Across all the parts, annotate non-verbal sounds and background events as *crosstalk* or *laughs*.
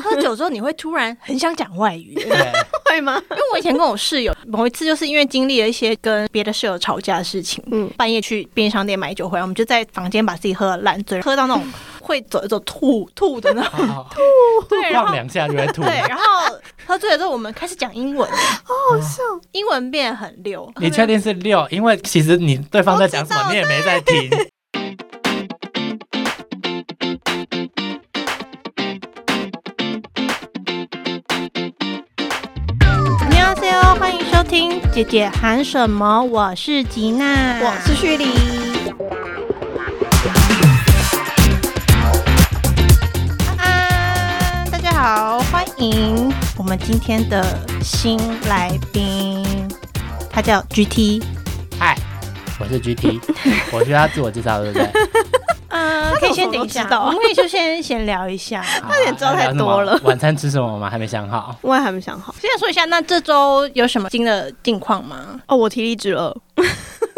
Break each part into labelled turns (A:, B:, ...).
A: 喝酒之后，你会突然很想讲外语。 *laughs* 因
B: 对，
C: 会吗？
A: 为我以前跟我室友某一次，就是因为经历了一些跟别的室友吵架的事情，
C: 嗯
A: 半夜去便利商店买酒回来，我们就在房间把自己喝的烂醉，喝到那种会走一走吐吐的那种。
B: 好好
A: 对，然
B: 晃
A: 后
B: 两下就会吐
A: 对，，然后喝醉了之后，我们开始讲英文，
C: 好笑，
A: 英文变得很溜。
B: 你确定是六？因为其实你对方在讲什
C: 我知
B: 么，
C: 道
B: 你也没在听。
A: 你好，C O，欢迎收听《姐姐喊什么》，我是吉娜，
C: 我是旭黎。
A: 安安，大家好，欢迎我们今天的新来宾，他叫 GT，
B: 嗨，我是
C: *laughs*
B: GT，我需要自我介绍，对不对？
A: 嗯，
C: 可以先等一下
A: 我们可以就先闲聊一下。
B: 好
C: 差点知道太多
B: 那
C: 了
B: 聊什么晚餐吃什么吗？还没想好。
C: 我也还没想好
A: *laughs* 先说一下，那这周有什么新的近况吗？
C: 哦，我提离职了，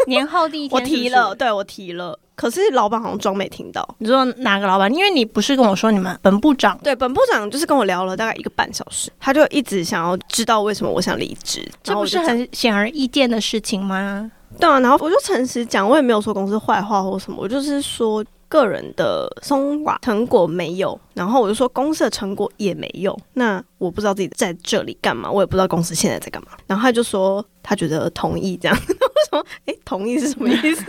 A: 年后第一天 *laughs*
C: 我提了，，对我提了，可是老板好像装没听到。
A: 你说哪个老板？因为你不是跟我说你们本部长
C: 对，本部长就是跟我聊了大概一个半小时，他就一直想要知道为什么我想离职，
A: 这不是
C: 然后我就
A: 很显而易见的事情吗？
C: 讲对啊？然后我就诚实讲，我也没有说公司坏话或什么，我就是说个人的松垮成果没有，然后我就说公司的成果也没有，那我不知道自己在这里干嘛，我也不知道公司现在在干嘛。然后他就说他觉得同意这样， *laughs* 我说哎，同意是什么意思？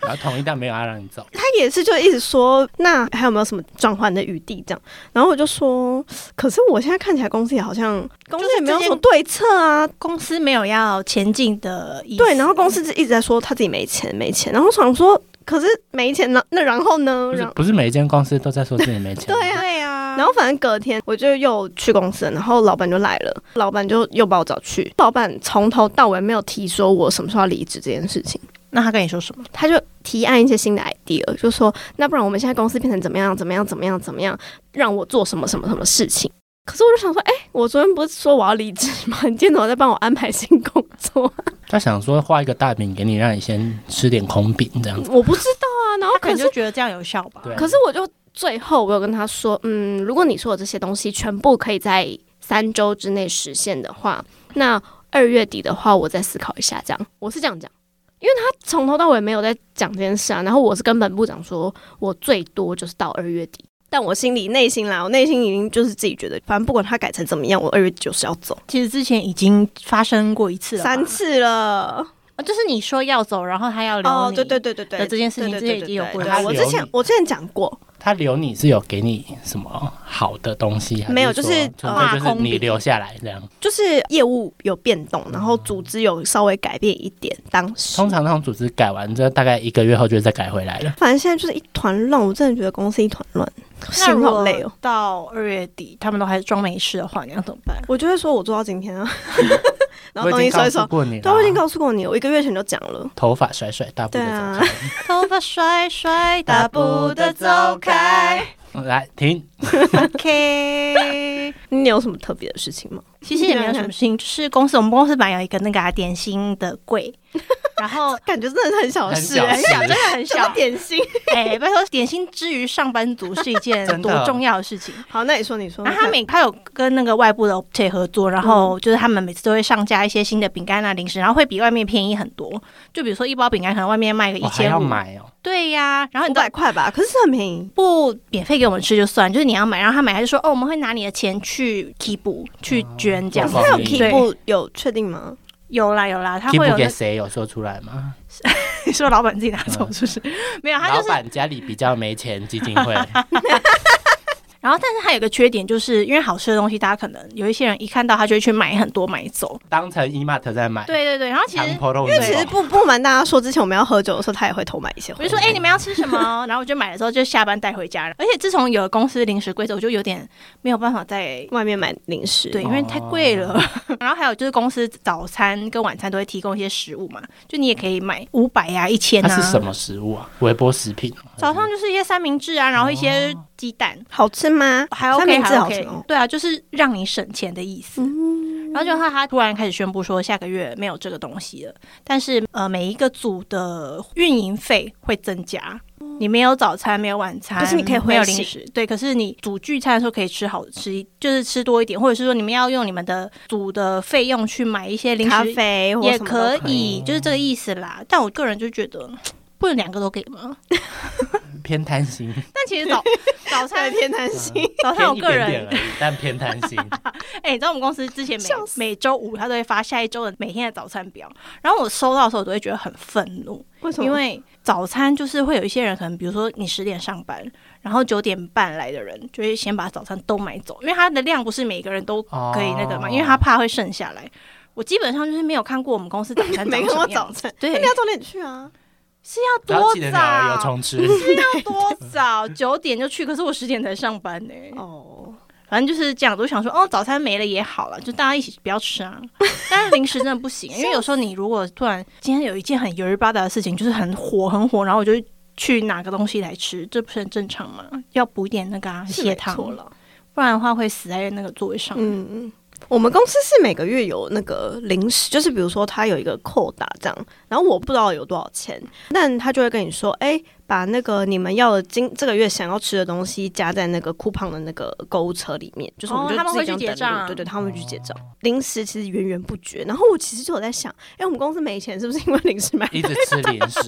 B: 然后统一但没有要让你
C: *laughs*
B: 走，
C: 他也是就一直说，那还有没有什么转换的余地这样？然后我就说，可是我现在看起来公司也好像公司也没有什么对策啊，
A: 公司没有要前进的意思，
C: 对。然后公司一直在说他自己没钱没钱，然后我想说，可是没钱呢，那然后呢
B: 不？是
C: 然后
B: 不是每一间公司都在说自己没钱。
C: *laughs* 对啊。
A: 对啊，
C: 然后反正隔天我就又去公司了，然后老板就来了，老板就又把我找去。老板从头到尾没有提说我什么时候要离职这件事情，
A: 那他跟你说什么？
C: 他就提案一些新的 idea，就说那不然我们现在公司变成怎么样怎么样怎么样怎么样，让我做什么什么什么事情。可是我就想说，哎、我昨天不是说我要离职吗？你今天怎么在帮我安排新工作？
B: 他想说画一个大饼给你，让你先吃点空饼这样子。
C: *laughs* 我不知道啊。然后
A: 他可
C: 可
A: 能
C: 是
A: 就觉得这样有效吧。
B: 对，
C: 可是我就最后我有跟他说，嗯，如果你说的这些东西全部可以在三周之内实现的话，那二月底的话，我再思考一下。这样，我是这样讲，因为他从头到尾没有在讲这件事啊。然后我是跟本部长说，我最多就是到二月底。但我心里内心啦，我内心已经就是自己觉得，反正不管他改成怎么样，我二月底就是要走
A: 其实之前已经发生过一次了吧，
C: 三次了。
A: 啊，就是你说要走，然后他要留
C: 哦，
A: 你
C: 对对对对对，
A: 的这件事情，之前已经有过一
C: 对
A: 次
C: 对对对我之前我之前讲过，
B: 他留你是有给你什么好的东西？还
C: 没有
B: 说
C: 就是啊
B: 除
A: 呃
B: 非就
A: 画
B: 是
A: 空
B: 你
A: 饼
B: 留下来这样。
C: 就是业务有变动，然后组织有稍微改变一点。当时
B: 通常那种组织改完之后，大概一个月后就会再改回来了。
C: 反正现在就是一团乱，我真的觉得公司一团乱，
A: 那
C: 心
A: 如
C: 好
A: 果
C: 累哦。
A: 到二月底，他们都还是装没事的话，你要怎么
C: *laughs*
A: 办？
C: 我就会说我做到今天啊， *laughs* 然
B: 我
C: 后东
B: 已经
C: 西收
B: 告
C: 一
B: 诉
C: 收。
B: 过你了，
C: 对，我已经告诉过你，我一个月前就讲了。
B: 头发甩甩，大步的
C: 对啊
B: 走
A: 头发甩甩，大步的走开。 *laughs*
B: 开。来停，
C: *laughs*
A: OK，
C: 你有什么特别的事情吗？
A: 其实也没有什么事情，就是公司我们公司本来有一个那个、啊、点心的柜，然后
C: 感觉真的是很小事、
B: 很
C: 欸，
B: 小事
C: 真的很小点心。
A: *laughs* 哎、拜托，点心之于上班族是一件
B: *laughs* 真的
A: 多重要的事情。
C: 好，那你说，你说，
A: 然后他每他有跟那个外部的 o 合作，然后就是他们每次都会上架一些新的饼干啊零食，然后会比外面便宜很多。就比如说一包饼干可能外面卖个
B: 我
A: 一
B: 还
A: 千
B: 要
A: 五，
B: 买哦。
A: 对呀、啊然后
C: 五
A: 你知道
C: 百块吧，可是很便宜。
A: 不免费给我们吃就算，就是你要买，然后他买他就说哦，我们会拿你的钱去替补去捐这样子
B: 哦。
C: 他有
B: 对
C: keep 不有确定吗？
A: *laughs* 有啦有啦，他
B: 贴
A: 会
B: 补
A: 有
B: 给
A: 那
B: 谁有说出来吗？
A: 你 *laughs* 说老板自己拿走是不是？
B: 嗯
A: 没有，他
B: 老
A: 就是。
B: 板家里比较没钱，基金
C: *laughs*
B: 会
A: 然后，但是他有个缺点，就是因为好吃的东西，大家可能有一些人一看到他就会去买很多买走。
B: 当成 EMAT 在买，
A: 对对对，然后其实
B: 强迫肉
C: 因为其实不不瞒大家说，之前我们要喝酒的时候，他也会偷买一些
A: 我
C: 回
A: 就
C: 来。
A: 说，哎、你们要吃什么？ *laughs* 然后我就买了之后就下班带回家了。而且自从有了公司零食规则，我就有点没有办法再
C: 外面买零食，
A: 对，因为太贵了。 *laughs* 然后还有就是公司早餐跟晚餐都会提供一些食物嘛，就你也可以买五百呀、一千
B: 它
A: 啊。
B: 是什？么食物啊？微波食品。
A: 早上就是一些三明治啊，然后一些鸡蛋，
C: 好吃吗？
A: 还 OK，
C: 三明治
A: 还
C: 好
A: OK
C: 吃哦。
A: 对啊，就是让你省钱的意思。然后就他他突然开始宣布说下个月没有这个东西了，但是呃每一个组的运营费会增加，你没有早餐，没有晚餐，
C: 可是你可以
A: 没有
C: 回
A: 零
C: 信
A: 食，对。可是你煮聚餐的时候可以吃好吃，就是吃多一点，或者是说你们要用你们的煮的费用去买一些零
C: 咖
A: 食，
C: 啡或
A: 也
C: 什么都
A: 可
B: 可
A: 以，
B: 以
A: 就是这个意思啦。但我个人就觉得，嗯不能两个都给吗？ *laughs*
B: 偏贪心，
A: 但其实早早
C: *laughs*
A: 餐
C: 偏贪心，
A: 早餐，我
B: 偏一
A: 个
B: 点
A: 人
B: 点而已，但偏贪
C: *laughs*
B: 心。
A: 哎、你知道我们公司之前每
C: 笑死
A: 每周五他都会发下一周的每天的早餐表，然后我收到的时候我都会觉得很愤怒，
C: 为什么？
A: 因 *laughs* 为早餐就是会有一些人可能，比如说你十点上班，然后九点半来的人就会先把早餐都买走，因为它的量不是每个人都可以那个嘛，
B: 哦
A: 因为他怕会剩下来。我基本上就是没有看过我们公司早餐长
C: 没看
A: 什
C: 过
A: 么
C: 早
A: 样子，
C: 餐，
A: 对
C: 那你，要早点去啊。
A: 是要
B: 然后
A: 多
B: 记得鸟儿有
A: 早？
B: 虫吃，
A: 是要多早？九点就去，可是我十点才上班呢、
C: 哦，
A: 反正就是这样，我就想说，哦，早餐没了也好了，就大家一起不要吃啊。 *laughs* 但是零食真的不 *laughs* 行，因为有时候你如果突然今天有一件很油儿巴达的事情，就是很火很火，然后我就去拿个东西来吃，这不是很正常吗？要补一点那个、啊、
C: 是没
A: 血糖，
C: 错了。
A: 不然的话会死在那个座位上。
C: 嗯嗯，我们公司是每个月有那个零食，就是比如说它有一个扣打这样，然后我不知道有多少钱，但他就会跟你说，哎、把那个你们要的今这个月想要吃的东西加在那个 coupon 的那个购物车里面，就是我
A: 哦
C: 们
A: 他们
C: 就自
A: 会
C: 己这
A: 去
C: 样
A: 结
C: 登录，
A: 账
C: 对对，他们会去结账。零食其实源源不绝，然后我其实就有在想，哎、我们公司没钱是不是因为零食买？
B: 一直吃零
C: *laughs*
B: 食，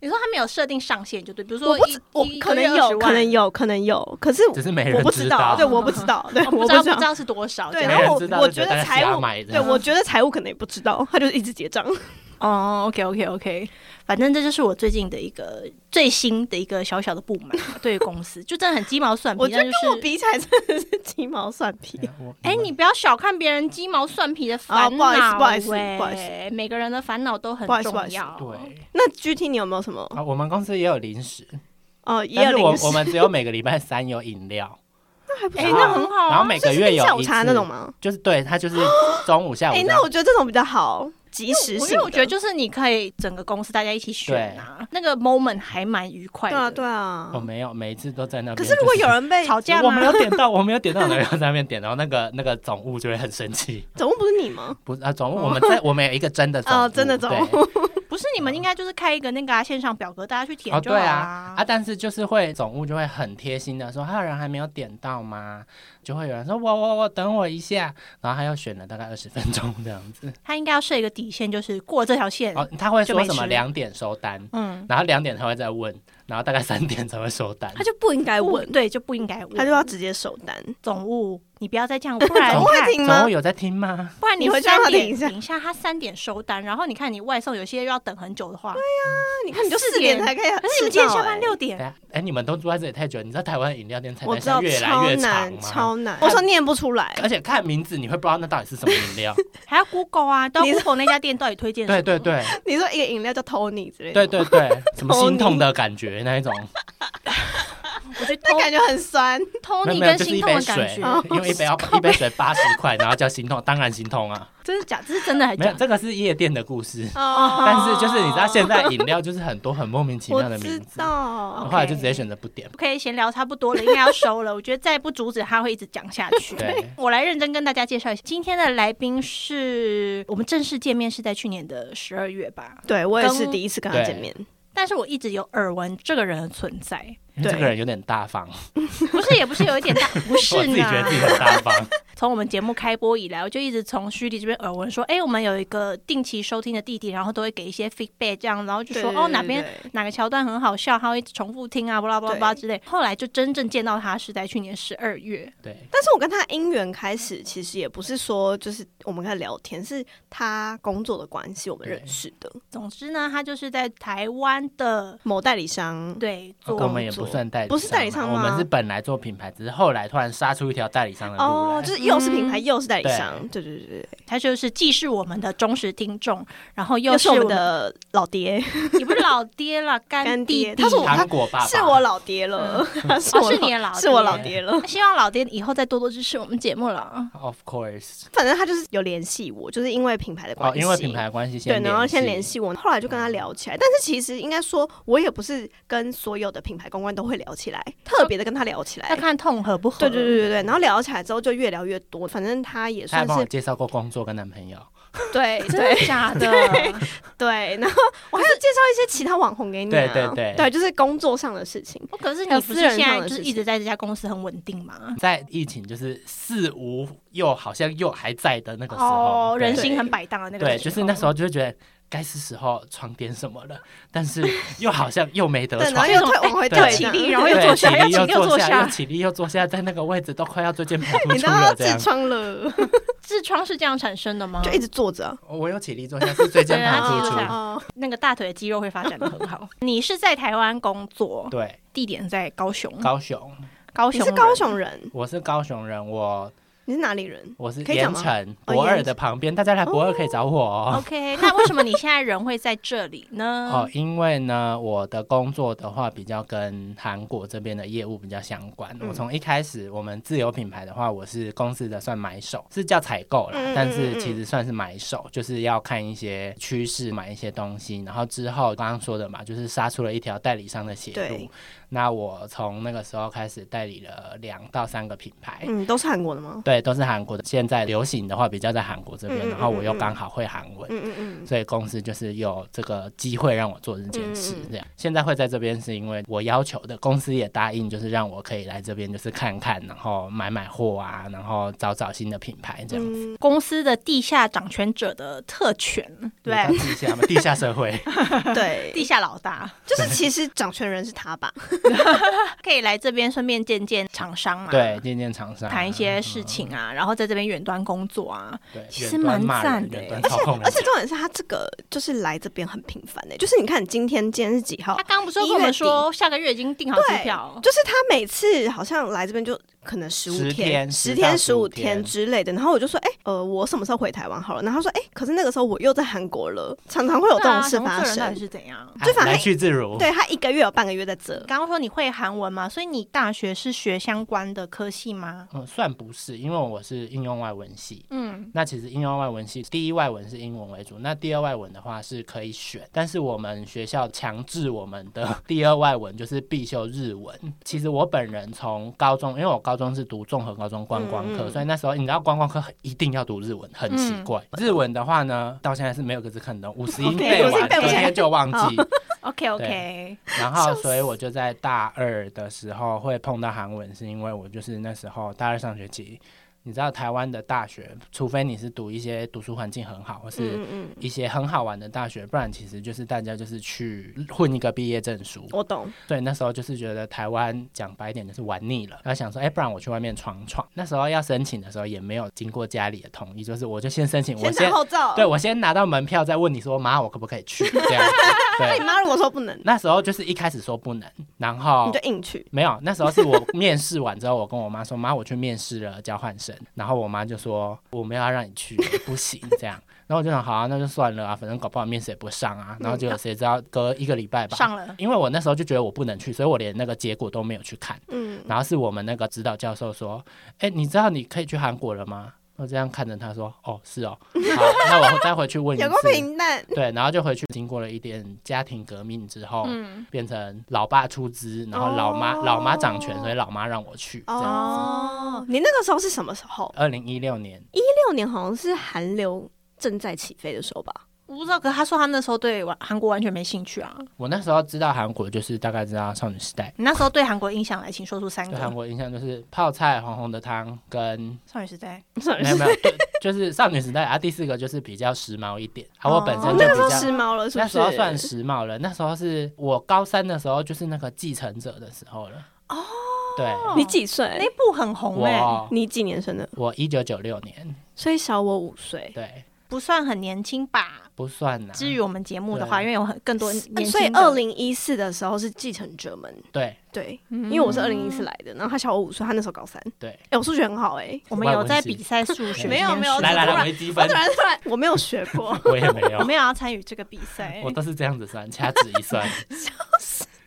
A: 你说他没有设定上限就对，比如
C: 我
A: 说
C: 不
A: 一
C: 知我
A: 一
C: 可
A: 个
C: 能
A: 月
C: 有，
A: 20
C: 可能
A: 万
C: 有，可能有，可是
B: 只是没
C: 我
B: 人
C: 不知道，对，我不知道，对，
A: 哦
C: 我不
A: 不知道
C: 知道
A: 不知。道是多少这
C: 对，
A: 样。
B: 没
C: 然后
B: 人知
C: 我
B: 道
C: 我
B: 就
C: 觉
B: 觉得
C: 得
B: 他
C: 财
B: 瞎
C: 务
B: 买，的
C: 对我觉得财务可能也不知道，他就是一直结账。
A: *laughs* 哦，OK OK OK，反正这就是我最近的一个最新的一个小小的不满啊，对于公司就真的很鸡毛蒜皮，
C: 我觉得
A: 但
C: 跟
A: 就是
C: 我比起来真的是鸡毛蒜皮。
A: 哎、你不要小看别人鸡毛蒜皮的
C: 嗯啊
A: 烦
C: 不
A: 恼、
C: 好意
A: 喂，
C: 思不好意思不好意
A: 每个人的烦恼都很
C: 不好意思不好
A: 重
C: 意思
A: 要。
B: 对
C: 那 GT 你有没有什么？
B: 啊，我们公司也有零食，
C: 哦，也
B: 但
C: 有
B: 是我
C: 零食，
B: 我们只有每个礼拜三有饮
C: *laughs*
B: 料，
C: 那还不
A: 哎、
C: 错啊
A: 那很好、啊。
B: 然后每个月有
C: 下午
B: 一
C: 茶
B: 次
C: 那种，吗？
B: 就是对，它就是
C: *gasps*
B: 中午下午
C: 哎，
B: 这
C: 那
B: 样。
C: 我觉得这种比较好，及时
A: 我
C: 性
A: 因
C: 的。
A: 为我觉得就是你可以整个公司大家一起选啊，那个 moment 还蛮愉快
C: 对
A: 的。
C: 啊，对
B: 我
C: 啊。
B: 哦没有，每一次都在那边。
C: 可是如果有人被
A: 吵
B: 就
A: 架
B: 是
A: 吗
B: 我？没有点到， *laughs* 我没有点到，然后在那边点，然后那个那个总务就会很生气。
C: 总共不是你吗？
B: 不是啊，总务我们在我们有一个真的总务
C: 哦真的总务
B: 对
A: 不是，你们应该就是开一个那个、啊、线上表格，大家去填
B: 哦
A: 就好
B: 对
A: 啦、
B: 啊啊，但是就是会总务就会很贴心的说，还有人还没有点到吗？就会有人说我我我等我一下，然后他又选了大概二十分钟这样子。
A: 他应该要设一个底线，就是过这条线。
B: 哦，他会
A: 就
B: 说
A: 没
B: 什么
A: 吃
B: 两点收单，
A: 嗯，
B: 然后两点他会再问，然后大概三点才会收单
C: 他。就不应该
A: 不
C: 哎问，
A: 对就不应该问。
C: 他就要直接收单。
A: 总务，你不要再这
C: *laughs*
A: 样，哎不然
C: 总
A: 你
C: 务会
A: 看
C: 停吗
B: 总务？有在听吗？
A: 不然
C: 你回去让
A: 三
C: 他
A: 点
C: 领一下
A: 等一下，他三点收单，然后你看你外送有些又要等很久的话，
C: 那你看，你就
A: 四
C: 四点
A: 点
C: 才可以啊吃到。
A: 可是你们今天下班
C: 哎
A: 六
B: 对
A: 点，
B: 啊，哎，你们都住在这里太久了，你知道台湾饮料店菜
C: 我
B: 单
C: 知道
B: 是越来
C: 超
B: 越长
C: 难，
B: 吗？
C: 超难。我说念不出来，
B: 而且看名字你会不知道那到底是什么饮
C: *laughs*
B: 料。
A: 还要 Google 啊，都
C: 你
A: 要 Google 那家店到底推荐什
B: 对
A: 么。
B: 对对
C: *laughs* 你说一个饮料叫 Tony 之类的，
B: 对对
C: *laughs*
B: 对，什么
C: 头
B: 心痛
C: 泥
B: 的感觉那一种，
A: 我觉得
C: 那感
A: Tony
C: 觉很酸。
B: 没
A: Tony
B: 有没有，
A: 跟
B: 就是
A: 心
B: 一
A: 痛
B: 杯
A: 的感
B: 水
A: 觉，，
B: 因为一
C: *laughs* 哦
B: 杯要一杯水八十块，然后叫心痛，当然心痛啊。
A: 真的假？这是真的还是
B: 没有，
A: 假？
B: 这个是夜店的故事，
C: 哎哦
B: 但是就是你知道现在饮料就是很多很莫名其妙的名
C: 我知
B: 字，
C: 道
B: 我
A: 哦，
B: 后来就直接选择不点。
A: 不可以闲聊差不多了，应该要收了。我觉得再不阻止他会一直讲下去。
B: 对
A: 我来认真跟大家介绍一下，今天的来宾是我们正式见面是在去年的十二月吧，
C: 对我也
A: 跟
C: 是第一次跟他
B: 对
C: 见面，
A: 但是我一直有耳闻这个人的存
B: *laughs*
A: 在，
B: 因为这
C: 对
B: 个人有点大方，
A: 不是也不是有一点大，不 *laughs* 是
B: *laughs* 我
A: 呢？
B: 自己觉得自己很大方。
A: 从我们节目开播以来，我就一直从虚拟这边耳闻说，哎、我们有一个定期收听的弟弟，然后都会给一些 feedback 这样，然后就说
C: 对
A: 哦哪边。
C: 对对
A: 哪个桥段很好笑，他会重复听啊，巴拉巴拉巴拉之类。后来就真正见到他是在去年十二月，
B: 对，
C: 但是我跟他姻缘开始，其实也不是说就是我们开始聊天，是他工作的关系我们认识的，
A: 总之呢，他就是在台湾的
C: 某代理商。
A: 对做
B: 我们也不算代理商嘛，
C: 不是代理商吗
B: 我们是本来做品牌，只是后来突然杀出一条代理商的路来。
C: 哦，就是又是品牌
A: 嗯
C: 又是代理商，对对对对，对
A: 他就是既是我们的忠实听众，然后
C: 又
A: 又
C: 是
A: 是
C: 我们的老爹，
A: 我们，你不是老爹了，干
C: *laughs* 干
A: 弟
C: 爹
A: 弟，
C: 他是我
B: 糖果爸爸，
C: 是我老爹了，嗯 *laughs* 是
A: 哦
C: 我
A: 是你的老爹
C: 是我老爹了。
A: 希望老爹以后再多多支持我们节目了啊。
B: Of course，
C: 反正他就是有联系我，就是因为品牌的关
B: 哦，
C: 系，
B: 因为品牌的关系嗯
C: 对
B: 先，
C: 然后先联。系我，后来就跟他聊起来。但是其实应该说，我也不是跟所有的品牌公关都会聊起来，特别的跟他聊起来
A: 要。看痛合不合，
C: 对对对对对，然后聊起来之后就越聊越多，反正他也
B: 他还
C: 算
B: 帮我
C: 是
B: 介绍过工作跟男朋友，
C: 对
A: 真的
C: 对
A: 假的？
C: 对，然后 *laughs* 我还要介绍一些其他网红给你、啊，
B: 对对对
C: 对，就是工作上的事情。
A: 我哦可是
C: 还有
A: 你不
C: 私
A: 是
C: 人
A: 现
C: 上
A: 在
C: 的
A: 就是
C: 事
A: 一直在这家公司很稳定吗？
B: 在疫情就是似无又好像又还在的那个时候，
A: 哦，
B: 对
A: 人心很摆荡的那个哦
B: 对，就是那
A: 候。
B: 时候就会觉得该是时候床点什么了，但是又好像又没得
C: 对，然
B: 床
C: 后。又退往回
B: 对
C: 退
A: 要
B: 对
A: 起
C: 这
A: 立，
C: 样
A: 然后
B: *laughs*
A: 又
B: 对
A: 坐下，
B: 起
A: 要
B: 立
A: 起
B: 又
A: 立又
B: 坐
A: 坐
B: 又
A: 下。
B: 起立又坐下，在那个位置都快要椎间盘突
C: 你
B: 出
C: 都要
B: 了这
C: 痔
B: 样。
C: 疮了，
A: 痔疮是这样产生的吗？
C: *laughs* 就一直坐着啊。
B: 我有起立坐下是椎
C: *laughs*
B: 间
A: 对
B: 盘
A: 他起立
B: 突
A: 坐
B: 出，
A: 下
C: 哦，
A: 那个大腿的肌肉会发展的很
C: *laughs*
A: 好。你是在台湾工作，
B: 对，
A: 地点在高雄，
B: 高雄，
A: 高
C: 嗯你
A: 雄
C: 是
A: 人
C: 高雄人，
B: 我是高雄人，我
C: 你是哪里人？
B: 我是
C: 可以讲
B: 盐
C: 吗
B: 城
C: 哦
B: 博
C: 盐
B: 二的旁边，大家来博二可以找我
C: 啊
B: 哦。
A: OK，那为什么你现在人会在这里
C: *laughs*
A: 呢？
C: 嗯
B: 哦，因为呢，我的工作的话比较跟韩国这边的业务比较相关。
C: 嗯
B: 我从一开始，我们自有品牌的话，我是公司的算买手，是叫采购啦，
C: 嗯嗯
B: 但
C: 嗯嗯
B: 是其实算是买手，就是要看一些趋势，买一些东西。然后之后刚刚说的嘛，就是杀出了一条代理商的血路
C: 对。
B: 那我从那个时候开始代理了两到三个品牌。
C: 嗯，都是韩国的吗？
B: 对，都是韩国的。现在流行的话比较在韩国这边，
C: 嗯嗯
B: 然后我又
C: 嗯嗯
B: 刚好会韩文，
C: 嗯嗯嗯，
B: 所以公司就是有这个机会让我做这件事
C: 嗯嗯，
B: 这样。现在会在这边是因为我要求的，公司也答应，就是让我可以来这边，就是看看，然后买买货啊，然后找找新的品牌这样。
C: 嗯，
A: 公司的地下掌权者的特权，对
B: 有到，地下嘛，地下社
A: *laughs*
B: 会，
C: 嗯
B: *laughs*
C: 对，
A: 地下老大
C: 就是其实掌权人是他吧？
A: 可以来这边顺便见见厂商嘛，
B: 对，，渐渐厂商啊
A: 谈一些事情
C: 嗯
A: 啊，然后在这边远端工作啊，
B: 对，
A: 其实
B: 远端
A: 蛮
B: 骂人
A: 赞的
B: 远端
A: 欸
B: 操控人
C: 而且重点是他这个就是来这边很频繁的，就是你看今天今天是几号
A: 他？刚刚不是有跟我们说下个月已经订好机票，
C: 就是他每次好像来这边就可能十五
B: 10
C: 天、
B: 天
C: 十
B: 10
C: 天、
B: 到
C: 十
B: 15
C: 五天
B: 天
C: 之类的，然后我就说，哎、呃，我什么时候回台湾好了？然后他说，哎、可是那个时候我又在韩国了，常常会有这种
A: 对
C: 事
A: 啊想
C: 发
A: 说这人到
C: 生
A: 底。是怎样？
B: 哎
C: 就反正
B: 来去自如，
C: 对他一个月有半个月在这，
A: 刚刚说你会韩文嘛，所以你大学是学相关的科系吗？
B: 嗯，算不是，因为我是应用外文系，
A: 嗯，
B: 那其实应用外文系，第一外文是英文为主，那第二外文的话是可以选，但是我们学校强制我们的 *laughs* 第二外文就是必修日文。其实我本人从高中，因为我高中是读综合高中观光课，
C: 嗯嗯
B: 所以那时候你知道观光课一定要读日文，很奇怪。日文的话呢，到现在是没有一个字看得懂，五十音
A: OK，
B: 背
C: 五十音
B: 完
C: 背
B: 隔
C: 不起来
B: 天就忘记。
A: OK OK，
B: *laughs* 然后，所以我就在大二的时候会碰到韩文，是因为我就是那时候大二上学期，你知道台湾的大学，除非你是读一些读书环境很好，或是
C: 嗯嗯嗯，
B: 一些很好玩的大学，不然其实就是大家就是去混一个毕业证书。
C: 我懂，
B: 所以那时候就是觉得台湾讲白一点就是玩腻了，然后想说，哎，不然我去外面闯闯。那时候要申请的时候也没有经过家里的同意，就是我就先申请，我
C: 先
B: 先
C: 斩后奏。
B: 对我先拿到门票，再问你说妈，我可不可以去？这
C: *laughs*
B: 样子，对
C: 你。妈如果说不能，
B: 那时候就是一开始说不能，然后
C: 你就硬去。
B: 没有，那时候是我面试完之后，我跟我妈说，妈，我去面试了交换生，然后我妈就说我没有要让你
C: *laughs*
B: 去，不行这样。然后我就想，好啊，那就算了啊，反正搞不好面试也不上啊。
C: 嗯
B: 然后结果谁知道隔一个礼拜吧，
A: 上了。
B: 因为我那时候就觉得我不能去，所以我连那个结果都没有去看。
C: 嗯，
B: 然后是我们那个指导教授说：“哎、你知道你可以去韩国了吗？”我这样看着他说：“哦，是
C: *laughs*
B: 哦，好，那我再回去问一
C: 有
B: 次。
C: 个”平淡，
B: 对，然后就回去，经过了一点家庭革命之后，
A: 嗯，
B: 变成老爸出资，然后老妈、
C: 哦
B: 老妈掌权，所以老妈让我去。这样，
C: 哦，你那个时候是什么时候？
B: 二零一六年，
C: 六年好像是韩流正在起飞的时候吧？
A: 我不知道，可是他说他那时候对完韩国完全没兴趣啊。
B: 我那时候知道韩国就是大概知道少女时代，
A: 你那时候对韩国印象来，请说出三
C: 嗯
B: 对韩
A: 个。
B: 国印象就是泡菜、红红的汤跟
A: 少女时代，
B: 没有没有，对 *laughs* 就是少女时代。啊，第四个就是比较时髦一点，啊，我本
A: 哦
B: 身就
C: 那
B: 比
C: 个时候
B: 较。
C: 时髦了，是不
B: 那
C: 是？
B: 时候算时髦了，那时候是我高三的时候，就是那个继承者的时候了。哦，对，
C: 你几岁？
A: 那部很红哎、
B: 我
C: 你几年生的？
B: 我一九九六年，
C: 所以小我五岁。
B: 对，
A: 不算很年轻吧？
B: 不算呐、
A: 至于我们节目的话，
B: 对
A: 因为有很更多年轻、
C: 所以二，零一四的时候是继承者们，
B: 对
C: 对，
A: 因
C: 因为我是二零一四来的，然后他小我五岁，他那时候高三。
B: 对，
C: 哎，我数学很好哎，
A: 我们有在比赛数学，
B: 没
C: 有没有
B: 来来
C: 哦突然
B: 来，微积
C: 我
B: 分，
C: 突，然突然我没有学过
B: 我也没
A: 我
B: 有，
A: 没有要参与这个比赛，
C: 哎
B: 哦我都是这样子算，掐指一
C: *laughs*
B: 算，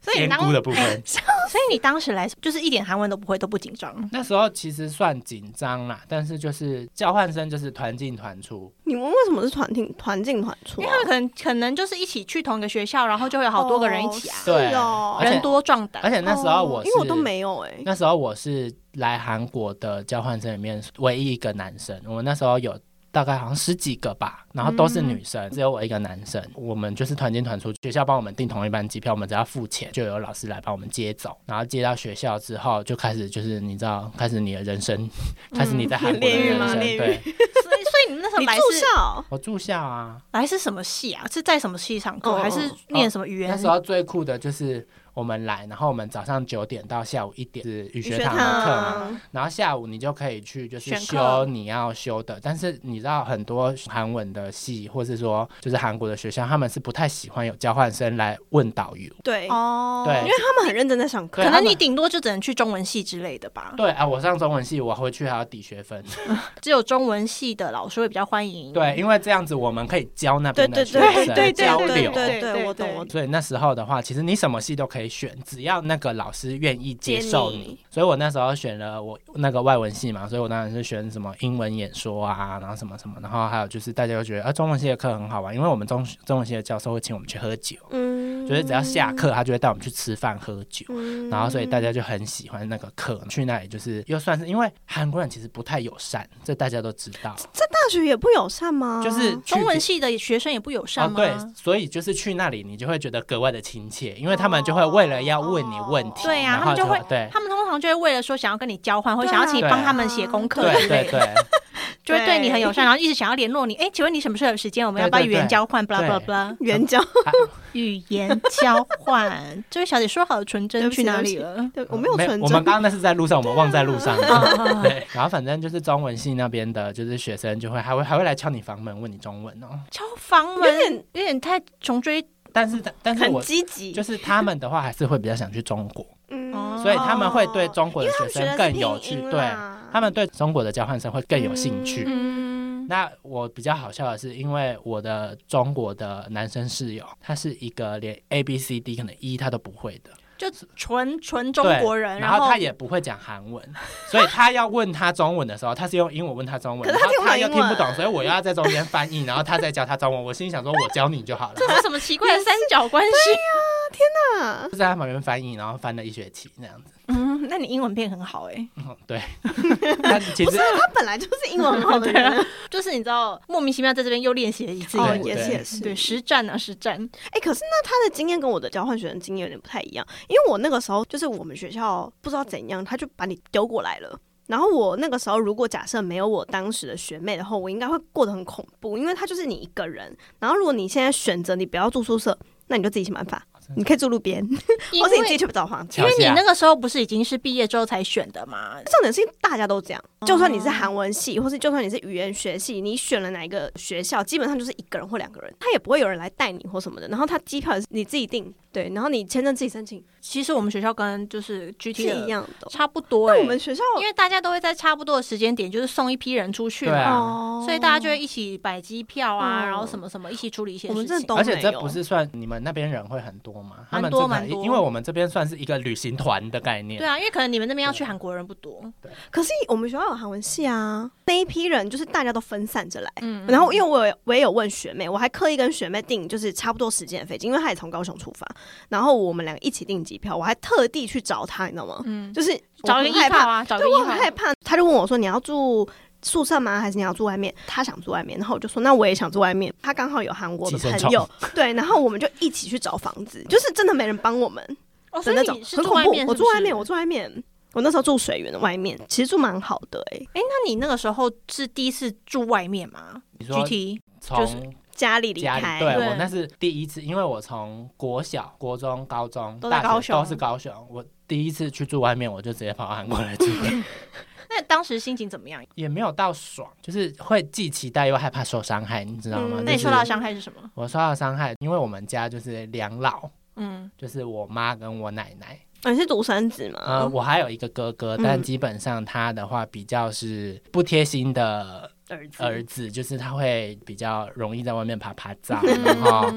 A: 所以你
B: 仙
A: 当
B: 姑的部
C: 哎
B: 分。
A: 所以你当时来就是一点韩文都不会，都不紧张。
B: *laughs* 那时候其实算紧张啦，但是就是交换生就是团进团出，
C: 你们为什么是团进团进团出
A: 因
C: 啊
A: 为？他们可能可能就是一起去同一个学校，然后就会有好多个人一起啊，
C: 是
B: 对
C: 哦，
B: 而且
A: 人多壮
B: 而
A: 胆。
B: 且那时候
C: 哦
B: 我是
C: 因为我都没有哎，
B: 那时候我是来韩国的交换生里面唯一一个男生，我那时候有。大概好像十几个吧，然后都
C: 嗯
B: 是女生，只有我一个男生。我们就是团进团出，学校帮我们订同一班机票，我们只要付钱，就有老师来帮我们接走。然后接到学校之后，就开始就是你知道，开始你的人生， *laughs* 开始你在韩国的
A: 炼狱
B: 人
A: 吗
B: 生。
C: 嗯炼狱
B: 对，
A: 所以所以你们那时候
C: 你
A: 来
C: 住
A: 是
C: 校
B: 我住校啊，
A: 来是什么系啊？是在什么系上课，
D: 哦哦
A: 还是念什么语言？
B: 那时候最酷的就是我们来，然后我们早上九点到下午一点是语学
C: 学
B: 堂的课嘛，
C: 堂
B: 然后下午你就可以去就是
A: 选
B: 修
A: 课
B: 你要修的，但是你知道很多韩文的系或是说就是韩国的学校，他们是不太喜欢有交换生来问导游，
C: 对，
A: 哦，
B: 对
C: 因为他们很认真在上课，
B: 对
A: 可
B: 他
A: 能
B: 们
A: 你顶多就只能去中文系之类的吧。
B: 对啊，我上中文系我回去还要抵学分， *laughs*
A: 只有中文系的老师会比较欢迎。
B: 对，，因为这样子我们可以教那边的学
A: 对对
B: 生
A: 对
B: 交
A: 对
B: 流。
C: 对
A: 对
C: 对，
A: 对
C: 我懂
A: 对
C: 我懂。
B: 所以那时候的话，其实你什么系都可以选，只要那个老师愿意接受
C: 接
B: 你。
C: 你
B: 所以我那时候选了我那个外文系嘛，所以我当然是选什么英文演说啊，然后什么什么，然后还有就是大家都觉得啊，中文系的课很好玩，因为我们中中文系的教授会请我们去喝酒，
C: 嗯
B: 就是只要下，课，他就会带我们去吃饭喝酒。
C: 嗯
B: 然后，所以大家就很喜欢那个课，去那里就是又算是，因为韩国人其实不太友善，这大家都知道，
C: 大学也不友善吗？
B: 就是去
A: 中文系的学生也不友善
B: 哦，
A: 吗？
B: 对，所以就是去那里，你就会觉得格外的亲切，因为他们就会为了要问你问
C: 哦
B: 题，
A: 对啊
B: 然
A: 他
B: 后
A: 们就会
B: 对
A: 他们通常就会为了说想要跟你交换，或
C: 对啊
A: 者想要请你帮他们写功课
B: 对
A: 之类
B: 对
A: 的，
B: 对
A: 就会对你很友善，然后一直想要联络你。哎，请问你什么时候有时间？我们要不要
B: 对对
A: 语
B: 对
A: 言交换？blah
B: 对
A: blah blah，
C: 援
B: 呃
C: 交，
A: 语言交换。这位小姐说好的纯
C: 对
A: 真
C: 不
A: 去
C: 起
A: 哪里了？
C: 对 *laughs* 我没有纯
B: 我们
C: 真，
B: 刚刚那是在路上，我们忘在路
A: *laughs*
B: 上。
A: 啊
B: *laughs* 对，然后反正就是中文系那边的，就是学生就会还会还会来敲你房门问你中文哦。
A: 敲房门，有点有点太穷追
B: 但是但是
C: 很
B: 我
C: 积极，
B: 就是他们的话，还是会比较想去中国，
A: 哦
C: 嗯哦
B: 所以他们会对中国的学生更有趣，对他
C: 他
B: 们对中国的交换生会更有兴趣。
A: 嗯，
B: 那我比较好笑的是，因为我的中国的男生室友，他是一个连 A B C D 可能一、他都不会的
A: 就纯纯中国人，
B: 对然
A: 后
B: 他也不会讲韩文，所以他要问他中文的时候，他是用英文问他中文，
C: 可是他
B: 然后他又
C: 听不懂
B: 听
C: 英文
B: 不懂，所以我又要在中间翻译，然后他再教他中文。我心里想说，我教你就好了。
A: 这是什么奇怪的三角关
C: *laughs*
A: 系？
C: 们
B: 就在他旁边翻译，然后翻了一学期那样子。
A: 嗯，那你英文变很好 *laughs*
C: 欸
A: 哎。
B: 嗯，对，但其实
C: 他本来就是英文很 *laughs* 好
B: *laughs*
C: 的人，
A: 啊
C: 啊
B: 啊
A: 就是你知道，莫名其妙在这边又练习了一次
C: 哦，
A: 英文
C: 也是
B: 对
C: 也是，
A: 对，实战啊，实战。
C: 哎、可是那他的经验跟我的交换学生经验有点不太一样，因为我那个时候就是我们学校不知道怎样，他就把你丢过来了。然后我那个时候，如果假设没有我当时的学妹的话，我应该会过得很恐怖，因为他就是你一个人。然后如果你现在选择你不要住宿舍，那你就自己想办法，
B: 哦
C: 你可以住路边，
A: 因
C: 或
A: 为
C: 者你自己去找房间。
A: 因为
B: 桥
A: 你
B: 下
A: 那个时候不是已经是毕业之后才选的嘛？
C: 重点是大家都这样，
A: 哦
C: 就算你是韩文系，或是就算你是语言学系，你选了哪一个学校，基本上就是一个人或两个人，他也不会有人来带你或什么的。然后他机票也是你自己订，对，然后你签证自己申请
A: 其实我们学校跟就是 GT
C: 是一
A: 的
C: 样的。
A: 差不多、
C: 那
A: 欸，
C: 我们学校
A: 因为大家都会在差不多的时间点，就是送一批人出去
B: 对
A: 嘛，
B: 啊
C: 哦
A: 所以大家就会一起摆机票啊，
C: 嗯
A: 然后什么什么一起处理一些
C: 我们
A: 事
C: 真的
A: 情。
C: 都
B: 而且这
C: 没有
B: 不是算你们那边人会很多吗？他
A: 蛮
B: 们
A: 多
B: 这个
A: 蛮多
B: 因为我们这边算是一个旅行团的概念
A: 对。啊，因为可能你们那边要去韩国人不多，
C: 可是我们学校有韩文系啊，那一批人就是大家都分散着来。
A: 嗯
C: 然后因为我也我也有问学妹，我还刻意跟学妹订就是差不多时间的飞机，因为她也从高雄出发，然后我们两个一起订机票，我还特地去找她，你知道吗？
A: 嗯，
C: 就是
A: 找
C: 我
A: 一
C: 很
A: 个
C: 害
A: 依
C: 怕
A: 靠，啊，找一个
C: 对我
A: 依
C: 很害
A: 靠。
C: 怕。他就问我说：“你要住宿舍吗？还是你要住外面？”他想住外面，然后我就说：“那我也想住外面。”他刚好有韩国的
B: 寄生
C: 朋友，对，然后我们就一起去找房
B: *laughs*
C: 子，就是真的没人帮我们
A: 哦，
C: 的
A: 所以
C: 那种
A: 你，是
C: 很
A: 住
C: 恐
A: 外
C: 怖
A: 面。
C: 我住外面，我
A: 住。
C: 住外面。我那时候住水源的外面，其实住蛮好的哎、
A: 哎，那你那个时候是第一次住外面吗
B: 你说啊
A: ？GT
B: 从
C: 家里离
B: 家
C: 开，
B: 里，对
A: 对
B: 我那是第一次，因为我从国小、国中、高中、
A: 都在
B: 大学
A: 高雄
B: 都是高雄，我第一次去住外面，我就直接跑到韩国来住
A: *laughs*
B: 了，
A: 那当时心情怎么样？
B: 也没有到爽，就是会既期待又害怕受伤害，你知道吗？
C: 嗯
A: 那
B: 就
A: 你
B: 是
A: 受到的伤害是什么？
B: 我受到的伤害，因为我们家就是两老，
A: 嗯，
B: 就是我妈跟我奶奶，
C: 啊你是独生子吗？
A: 嗯
B: 呃，我还有一个哥哥，
C: 嗯
B: 但基本上他的话比较是不贴心的
C: 儿子，
B: 儿子，就是他会比较容易在外面爬爬照，然后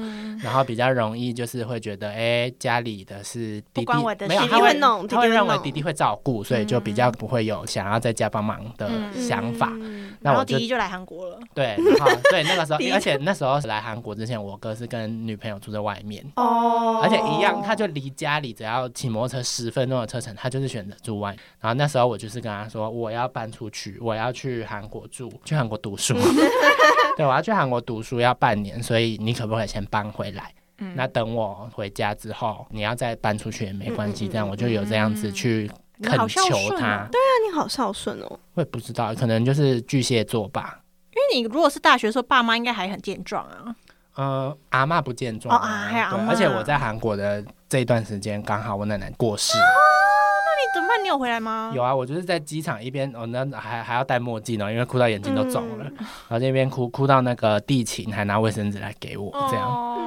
B: 然后比较容易就是会觉得，哎、家里的是
A: 不
B: 弟弟，
A: 关我的
B: 没有
A: 事弟
B: 他
A: 弟
B: 会
C: 会弄
B: 他会
C: 弟弟会
B: 认为
C: 弄
B: 弟弟会照顾，所以就比较不会有想要在家帮忙的
A: 嗯
B: 想法。
C: 嗯
B: 那
A: 然
B: 我
A: 后
B: 就
A: 迪一就来韩国了。
B: 对，然后对那个时
C: 弟弟
B: 候，而且那时候来韩国之前，我哥是跟女朋友住在外面。
C: 哦，
B: 而且一样，他就离家里只要骑摩托车十分钟的车程，他就是选择住外。然后那时候我就是跟他说，我要搬出去，我要去韩国住。去韩国
A: *laughs*
B: 读书， *laughs* 对，我要去韩国读书要半年，所以你可不可以先搬回来？
E: 嗯
B: 那等我回家之后，你要再搬出去也没关系，
C: 嗯嗯嗯
B: 这样我就有这样子去
A: 你
B: 恳
A: 好孝
B: 求
A: 顺
B: 他
A: 哦。
C: 那你好孝顺哦，
B: 我也不知道，可能就是巨蟹座吧。
A: 因为你如果是大学的时候，爸妈应该还很健壮啊。
B: 嗯，阿嬷不健壮、
A: 哦啊还
B: 对
A: 有阿嬷
B: 而且我在韩国的这一段时间，刚好我奶奶过世。
A: 啊那怎么办？你有回来吗？
B: 有啊，我就是在机场一边，哦，那还还要戴墨镜哦呢，因为哭到眼睛都肿了，
A: 嗯
B: 然后这边哭哭到那个地勤还拿卫生纸来给我，这样。
A: 哦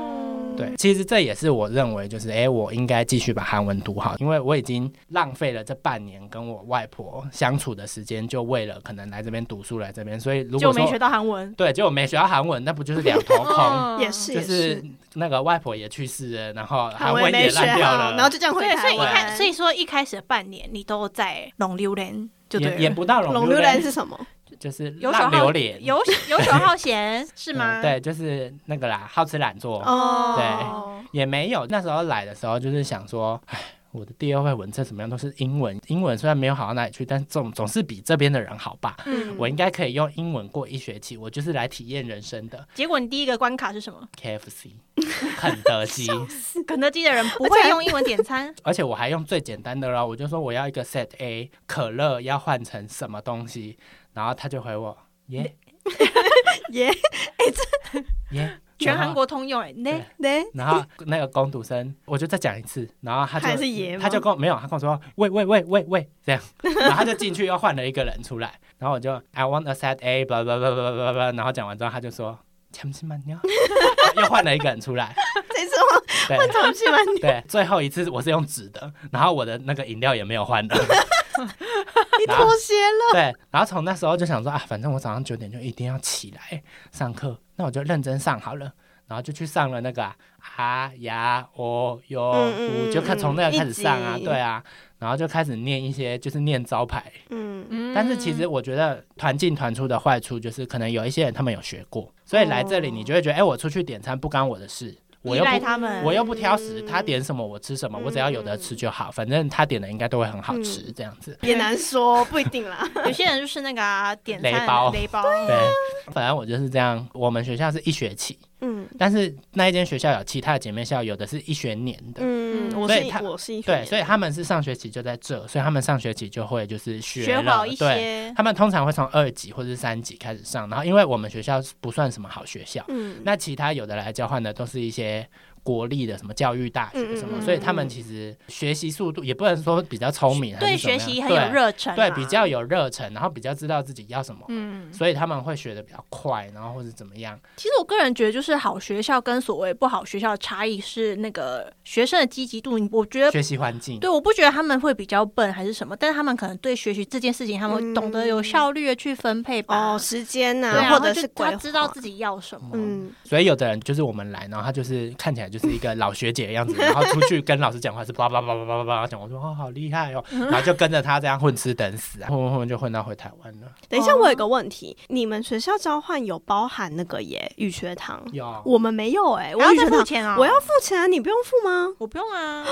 B: 对，其实这也是我认为，就是诶，我应该继续把韩文读好，因为我已经浪费了这半年跟我外婆相处的时间，就为了可能来这边读书，来这边，所以如
A: 就
B: 果
A: 没学
B: 说
A: 到韩文。
B: 对，就没学到韩文，那不就是两
A: *laughs*
B: 头空？
A: 嗯
C: 也是
B: 就
C: 也
B: 是
C: 是，
B: 那个外婆也去世了，然后
C: 韩
B: 韩
C: 文
B: 文
C: 没
B: 也
C: 学
B: 烂掉
C: 好，
B: 了，
C: 然后就这样回
A: 对，所
C: 台
A: 以一
B: 对
A: 开，
C: 湾。
A: 所以说一开始的半年你都在龙榴莲，就对
B: 也也
A: 了。
B: 不到
C: 龙
B: 龙
C: 榴
B: 榴
C: 莲
B: 莲，
C: 是什么？
B: 就是
A: 有手
B: 浪
A: 好
B: 榴莲，
A: 有有手好闲是
B: 嗯
A: 吗？
B: 对，就是那个啦，好吃懒做。
C: 哦
B: 对也没有，那时候来的时候就是想说，哎，我的第二外文再怎么样都是英文，英文虽然没有好到哪里去，但总总是比这边的人好吧。
C: *laughs*
B: *laughs*
C: 嗯
B: 我应该可以用英文过一学期，我就是来体验人生
C: *laughs*
B: 的。
A: 结果你第一个关卡是 *laughs* 什么？
B: KFC，肯德
C: *laughs*
B: 基，
A: 肯德基的人不
C: 而且还
A: 会用英文点 *laughs* 餐，
B: 而且我还用最简单的咯，我就说我要一个 set A，可乐要换成什么东西，然后他就回我耶
C: *laughs* 耶，哎
B: 耶，
A: 全
B: 然后
A: 韩国通用哎、那
B: 对
C: *laughs* 对，
B: 然后那个攻读生，我就再讲一次，然后他就
C: 还是爷吗
B: 他就跟我没有，他跟我说喂喂喂喂喂这样，然后他就进去又换了一个人出来，然后我就 I want a set A，blah blah blah blah blah blah，然后讲完之后他就说잠시만요，又换了一个人出来，
C: 这次我
B: 对
C: 同去完，你
B: 对，最后一次我是用纸的，然后我的那个饮料也没有换的， *laughs* 然后
C: 脱鞋了，
B: 对，然后从那时候就想说啊，反正我早上九点就一定要起来上课，那我就认真上好了。然后就去上了那个啊啊呀哦哟，
C: 嗯嗯
B: 呜就看从那
C: 嗯嗯
B: 个开始上啊
C: 一，集
B: 对啊，然后就开始念一些就是念招牌，
C: 嗯，
B: 但是其实我觉得团进团出的坏处就是可能有一些人他们有学过，所以来这里你就会觉得，哎、我出去点餐不干我的事，我
A: 依
B: 又
A: 赖
B: 不
A: 他们。
B: 我又不挑食，他点什么我吃什么，我只要有的吃就好，反正他点的应该都会很
C: 嗯
B: 好吃这样子。
C: 也难说，不一定
B: *laughs*
C: 啦。
A: 有些人就是那个、啊、点餐
B: 雷包
A: 雷包，
B: 对，反正我就是这样。我们学校是一学期，
C: 嗯
B: 但是那一间学校有其他的姐妹校，有的是一学年的。
C: 嗯，我
B: 所
C: 是
B: 以他
C: 我是一学
B: 对，
C: 年
B: 所以他们是上学期就在这，所以他们上学期就会就是学
A: 学
B: 了
A: 好一
B: 对，
A: 些。
B: 他们通常会从二级或者是三级开始上，然后因为我们学校不算什么好学校，
C: 嗯，
B: 那其他有的来交换的都是一些国立的什么教育大学什么，
C: 嗯嗯嗯
B: 所以他们其实学习速度也不能说比较聪明，啊还
A: 对
B: 是怎么
A: 学
B: 样
A: 习很有热忱、啊
B: 对对比较有热忱，然后比较知道自己要什么，
A: 嗯，
B: 所以他们会学的比较快，然后或者怎么样。
A: 其实我个人觉得，就是好学校跟所谓不好学校的差异是那个学生的积极度。我觉得，
B: 学习环境，
A: 对，我不觉得他们会比较笨还是什么，但是他们可能对学习这件事情，他们懂得有效率的去分配吧。
C: 哦，时间
A: 对啊，
C: 呐，或者
A: 他就是
C: 规
A: 他
C: 划，
A: 知道自己要什么。
C: 嗯，
B: 所以有的人就是我们来，然后他就是看起来就是一个老学姐的样子，然后出去跟老师讲话是叭叭叭叭叭叭叭讲，我说哦好厉害哦，
C: 嗯
B: 然后就跟着他这样混吃等死啊，混混混就混到回台湾了。
C: 等一下，
B: 哦
C: 我有个问题，你们学校交换有包含那个耶语学堂？
B: 有，
C: 我们没有哎，我
A: 还
C: 语
A: 要
C: 学
A: 再付
C: 堂
A: 钱啊、
C: 我要付钱啊，你不用付吗？
A: 我不用啊，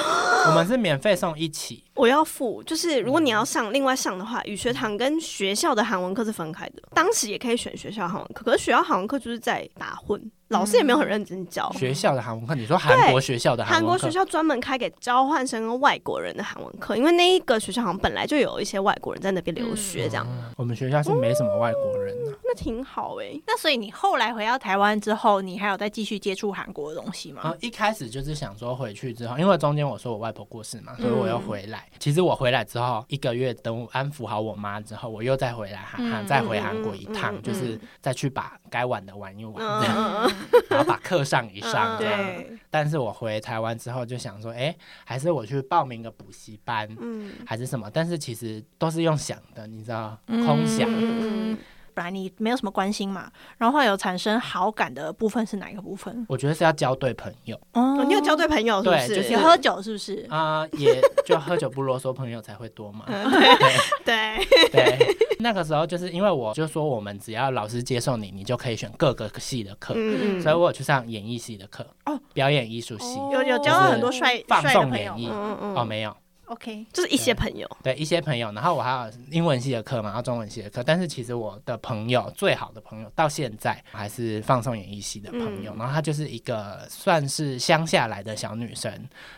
B: 我们是免费送一起，
C: 我要付，就是如果
B: 嗯
C: 你要上另外上的话，语学堂跟学校的韩文课是分开的。当时也可以选学校韩文课，可是学校韩文课就是在打混，老师也没有很认真教。
B: 嗯学校的韩文课，你说韩国学校的
C: 哦韩
B: 韩
C: 国
B: 文
C: 学
B: 课，
C: 校专门开给交换生跟外国人的韩文课，因为那一个学校好像本来就有一些外国人在那边留学，这样、
B: 我们学校是没什么外国人的、
C: 那挺好哎、
A: 那所以你后来回到台湾之后，你还有再继续接触韩国的东西吗？
B: 哦然后一开始就是想说回去之后，因为中间我说我外婆过世嘛，所以我又
C: 嗯
B: 回来。其实我回来之后一个月，等我安抚好我妈之后，我又再回来韩韩、
A: 嗯
B: 再回韩国一趟，
C: 嗯嗯嗯
B: 就是再去把该玩的玩一玩，
C: 嗯
B: 这样
C: 嗯嗯，
B: 然后把课上啊一上。
C: 嗯
B: 这样
A: 对，
B: 但是我回台湾之后就想说，哎、还是我去报名个补习班。
C: 嗯
B: 还是什么，但是其实都是用想的，你知道，空想。
C: 嗯嗯
A: 本来你没有什么关心嘛，然后后来有产生好感的部分是哪一个部分？
B: 我觉得是要交对朋友。
A: 哦
C: 哦，你有交对朋友是不
B: 对
C: 是？ *laughs*
B: 就是
A: 有喝酒是不是？
B: 啊、也就喝酒不啰嗦，朋友才会多嘛。
C: 嗯
B: *laughs* 对
C: 对，
B: 对， *laughs* 那个时候就是因为我就说我们只要老师接受你，你就可以选各个系的课，
C: 嗯
B: 所以我有去上演艺系的课，
A: 哦，
B: 表演艺术系，
A: 有有交到很多帅
B: 放
A: 帅的
B: 纵
A: 朋
B: 演
A: 友
B: 绎
A: 吗？
C: 嗯嗯
B: 哦没有，
A: OK，
C: 就是一些朋友，
B: 对一些朋友，然后我还有英文系的课嘛，然后中文系的课，但是其实我的朋友最好的朋友到现在还是放送演艺系的朋友，然后她就是一个算是乡下来的小女生，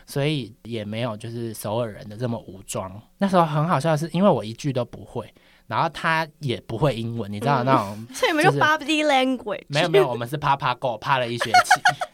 B: 所以也没有就是首尔人的这么武装。那时候很好笑的是，因为我一句都不会，然后她也不会英文，你知道那种
C: 所以你们就
B: 就是
C: body language，
B: 没有没有，我们是啪啪够啪了一学期，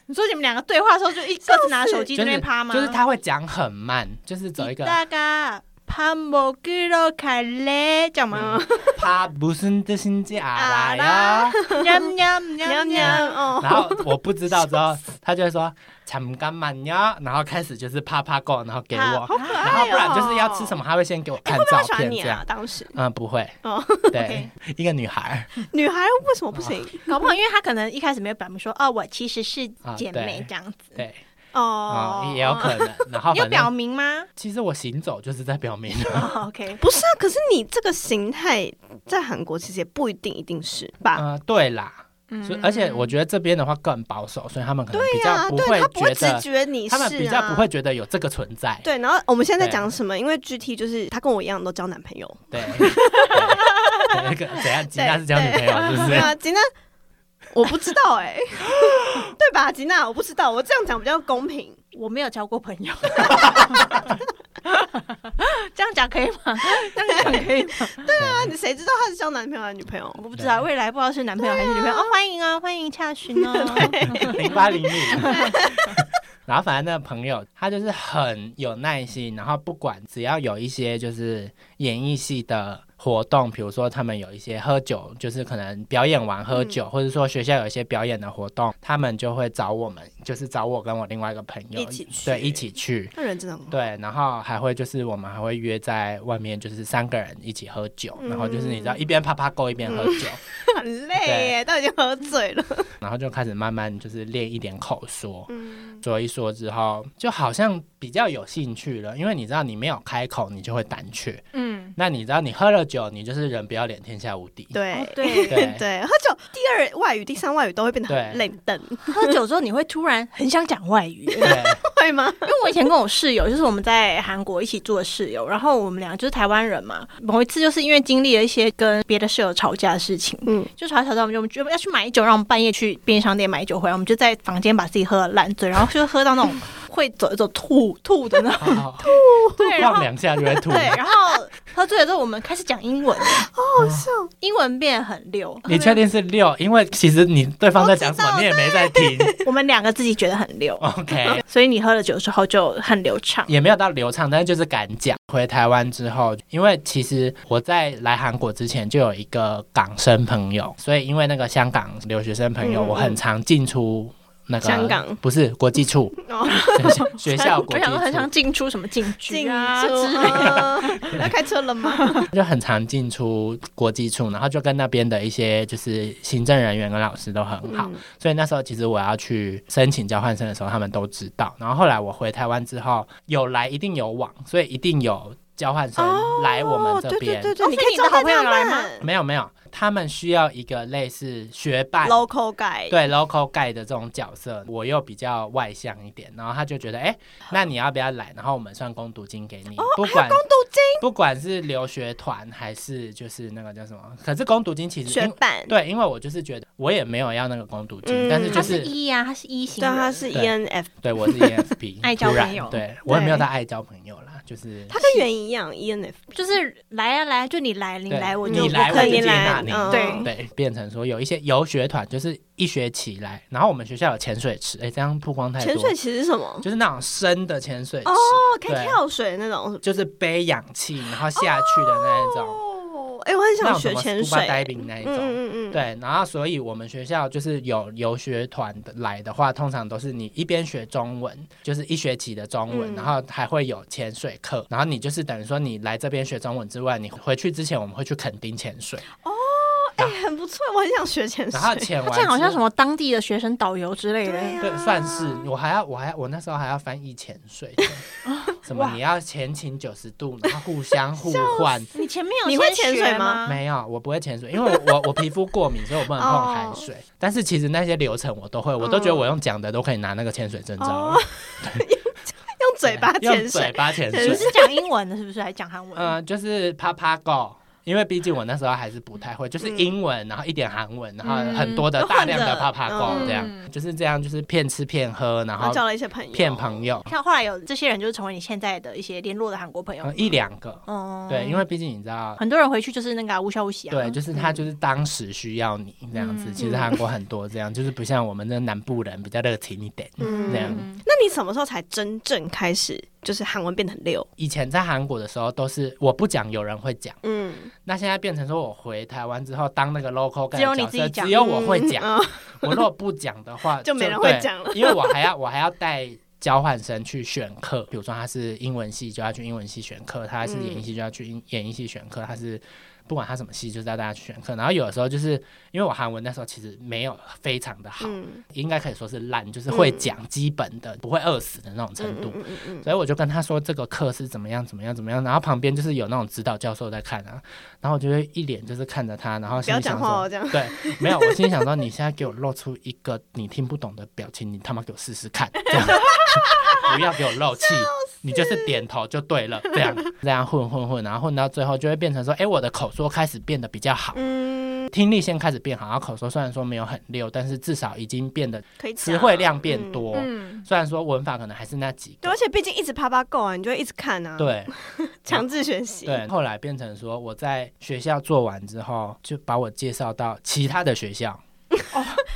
A: 你说你们两个对话的时候就一各自拿手机在
B: 就
A: 那
B: 是
A: 边趴吗？
B: 就是她会讲很慢，就是走一个啊
A: 大家帕莫吉罗卡勒，讲吗？
B: 啪不是的新界啊来
C: 啊
B: 呀。
A: 喵喵喵
C: *laughs* 娘
A: 喵，
C: 娘哦，
B: 然后我不知道之后，他就会说“惨干满呀”，然后开始就是啪啪够，然后给
A: 啊
B: 我，
C: 好可爱
B: 然后不然就是要吃什么，
C: 么？
B: 他会先给我
C: 哎
B: 看
C: 会不
B: 照
C: 会他喜
B: 片
C: 欢你
B: 这
C: 啊
B: 样？。
C: 当时
B: 嗯，不会，
C: 哦，
B: 对，一个女孩
C: 女孩为什么不行？
A: 搞不好因为他可能一开始没有表明说，哦，我其实是姐妹
B: 啊对
A: 这样子，
B: 对，
C: 哦
B: 啊，，也有可能。然后
A: 你有
B: 反
A: 表
B: 正
A: 明吗
B: 其实我行走就是在表明，
A: *laughs* 哦？OK，
C: 不是啊，可是你这个形态在韩国其实也不一定一定是吧？
B: 嗯，对啦。所以而且我觉得这边的话更保守，所以他们可能比较不会
C: 啊他不会
B: 觉
C: 直
B: 得，
C: 觉你是、
B: 他
C: 啊，
B: 们比较不会觉得有这个存在。
C: 对，然后我们现在在
B: 对
C: 讲什么？因为 GT 就是他跟我一样都交男朋友，
B: 对，对那个怎样？吉娜是交女朋友是不
C: 对
B: 是？
C: 啊，吉娜，我不知道哎、 *laughs* 对吧？吉娜，我不知道，我这样讲比较公平。
A: 我没有交过朋 *laughs* 友，这样讲可以吗？这样讲可以吗？
C: 那你谁知道他是交男朋友还是女朋友？
A: *laughs* 我不知道未来不知道是男朋友还是女朋友哦，欢迎啊，欢迎洽询 *laughs* 哦。
B: *laughs* 零八零零。然后反正那个朋友他就是很有耐心，然后不管只要有一些就是演艺系的活动，比如说他们有一些喝酒，就是可能表演完喝酒，
C: 嗯
B: 或者说学校有一些表演的活动，他们就会找我们，就是找我跟我另外一个朋友
C: 一起去
B: 对一起去。
C: 那人真的很好。
B: 对，然后还会就是我们还会约在外面，就是三个人一起喝酒，然后就是你知道
C: 嗯
B: 一边啪啪够一边喝酒，
C: 很累耶，都已经喝醉了。
B: 然后就开始慢慢就是练一点口说，
C: 嗯，
B: 说一说之后，就好像比较有兴趣了，因为你知道你没有开口，你就会胆怯。
A: 嗯，
B: 那你知道你喝了酒，你就是人不要脸，天下无敌。
C: 对、
A: 哦对，
B: 对
C: 对，喝酒第二外语、第三外语都会变得很
B: 对
C: 冷淡， *laughs*
A: 喝酒之后你会突然很想讲外 *laughs* 语，
B: 对
C: 会吗？
A: 因为我以前跟我室友，就是我们在韩国一起住的室友，然后我们俩就是台湾人嘛。某一次就是因为经历了一些跟别的室友吵架的事情，
C: 嗯
A: 嗯，就吵吵吵，我们就我们就要去买酒，让我们半夜去便利商店买酒回来，我们就在房间把自己喝得烂醉，然后就喝到那种会走一走吐吐的那 *laughs* 种，
B: 好好
A: 对，然
B: 晃
A: 后
B: 两下就会吐
A: 对。，然后喝醉了之后，我们开始讲英文，
C: 好笑，
B: 啊
A: 英文变得很溜，
B: 你确定是六？因为其实你对方在讲什
C: 我知道
B: 么，你也没在听。
A: 我们两个自己觉得很溜，
B: OK，
A: 所以你喝了酒之后就很流畅。
B: 也没有到流畅，但是就是敢讲。回台湾之后，因为其实我在来韩国之前就有一个港生朋友，所以因为那个香港留学生朋友，
C: 嗯嗯
B: 我很常进出那个
C: 香港
B: 不是国际处，
C: 哦， *laughs*
B: 学校国
A: 我
B: 际
A: 想说很想
B: 处
A: 进出什么进
C: 进
A: 去
C: 出
A: 啊 *laughs* 之类的。
C: 啊 *laughs* 要开车
B: *laughs*
C: 了吗？
B: 就很常进出国际处，然后就跟那边的一些就是行政人员跟老师都很好，所以那时候其实我要去申请交换生的时候，他们都知道。然后后来我回台湾之后，有来一定有往，所以一定有交换生来我们这边。
C: 哦对对对对，
A: 哦
C: 你
A: 所
C: 可
A: 以你
C: 以
A: 的
C: 招待
A: 好朋友
C: 他们
A: 来吗
B: 没有没有，他们需要一个类似学霸。
C: ？Local guy，
B: 对 local guy 的这种角色，我又比较外向一点，然后他就觉得，哎、那你要不要来？然后我们算工读金给
C: 哦
B: 你，不管
C: 都这
B: 不管是留学团还是就是那个叫什么，可是攻读金其实
C: 学
B: 因
C: 伴，
B: 对，因为我就是觉得我也没有要那个攻读金，
C: 嗯
B: 但是就
A: 他
B: 是
A: 是 E 呀、啊，他是 E 型
C: 对，
A: 人，
C: 他是 ENF，
B: 对我是
C: *laughs*
B: ENFP，
A: 爱交
B: 突然
A: 朋友
B: 对我也没有在爱交朋友啦，就是
C: 他跟袁一样，E ENF，
A: 就是来啊来啊，就你来，你
B: 对
A: 来
C: 嗯
A: 我就
B: 你来
A: 我
B: 我
A: 可
B: 就
A: 以
B: 接纳
C: 来
B: 你，
C: 嗯
A: 对
B: 对，变成说有一些游学团就是一学期来，然后我们学校有潜水池，哎、这样曝光太
C: 潜
B: 多
C: 水，其实是什么？
B: 就是那种深的潜水池，
C: 哦，可以
B: 对
C: 跳水那种。
B: 就是背氧气然后下去的那一种，
C: 哦，哎，我很
B: 那
C: 想
B: 种什
C: 学
B: 么
C: 潜
B: scuba
C: 水，
B: diving 那一
C: 嗯
B: 种，
C: 嗯嗯嗯，
B: 对，然后所以我们学校就是有游学团的来的话，通常都是你一边学中文，就是一学期的中文，
C: 嗯
B: 然后还会有潜水课，然后你就是等于说你来这边学中文之外，你回去之前我们会去垦丁潜水，
C: 哎，很不错，我很想学潜水
B: 然。后
A: *laughs*
B: 潜
A: 他
B: 完
A: 这样好像
B: 之
A: 什么当地的学生导游之类的。
C: 对啊
B: 对，算是我还要我还要我那时候还要翻译潜水，
A: *laughs*
B: 什么你要前倾九十度，然后互相互换。
A: *laughs* 你前面有
C: 你会
A: 先
C: 潜水
A: 学
C: 吗
A: 吗？
B: 没有，我不会潜水，因为我我我皮肤过敏，所以我不能碰海水。
C: 哦
B: 但是其实那些流程我都会，我都觉得我用讲的都可以拿那个潜水证照了。
C: 哦用哦嘴巴
B: 用
C: 潜
B: 嘴
C: 水，
B: 巴潜
C: 潜
A: 你
B: 水
C: 水。
A: 是讲英文的，是不是？还讲韩文？
B: 嗯、就是啪啪 go，因为毕竟我那时候还是不太会，就是
C: 嗯
B: 英文，然后一点韩文，然后很多的
A: 嗯
B: 大量
A: 都
B: 的
A: 混着
B: 啪啪 go
A: 嗯
B: 这样，就是这样，就是骗吃骗喝，然
C: 然后
B: 后
C: 交了一些朋友，
B: 骗朋友，
C: 哦
A: 像后来有这些人，就是成为你现在的一些联络的韩国朋友
B: 嗯，。一两个，
A: 哦
B: 对，因为毕竟你知道。
A: 很多人回去就是那个啊无消无息啊。
B: 对，就是
C: 嗯
B: 他，就是当时需要你这样子。
A: 嗯
B: 其实韩国很多这样，就是不像我们的南部人比较热情一点。
C: 嗯
B: 这样
C: 那你什么时候才真正开始就是韩文变得很溜？
B: 以前在韩国的时候，都是我不讲，有人会讲。
C: 嗯，
B: 那现在变成说，我回台湾之后，当那个 local guy
A: 只有你
B: 的角色
A: 自己讲
B: 只有我会讲。
C: 嗯
B: 我如果不讲的话，
C: *laughs* 就没人会
B: 对
C: 讲了
B: 因为我还要我还要带交换生去选课，比如说他是英文系就要去英文系选课，他是演艺系就要去英演艺系选课，他是不管他什么系就是要大家去选课。然后有的时候就是因为我韩文那时候其实没有非常的好，
C: 嗯
B: 应该可以说是烂，就是会讲基本的，不会饿死的那种程度。
C: 嗯嗯嗯
B: 所以我就跟他说这个课是怎么样怎么样怎么样，然后旁边就是有那种指导教授在看啊，然后我就会一脸就是看着他，然后
C: 不
B: 心
C: 要
B: 里想
C: 讲
B: 说
C: 话哦，这样。
B: *laughs* 对，没有，我心里想说，你现在给我露出一个你听不懂的表情，你他妈给我试试看，这样 *laughs* 不要给我漏气，你就是点头就对了，这样 *laughs* 这样混混混，然后混到最后就会变成说，哎，我的口说开始变得比较好。
C: 嗯，
B: 听力先开始变好，然后口说虽然说没有很溜，但是至少已经变得
C: 可以讲
B: 词汇量变。
C: 嗯
B: 多。
A: 嗯，
B: 虽然说文法可能还是那几
C: 对，
B: 个
C: 而，且毕竟一直啪啪够啊，你就会一直看啊，，
B: 对
C: 强制学习。
B: 对。后来变成说我在学校做完之后，就把我介绍到其他的学校，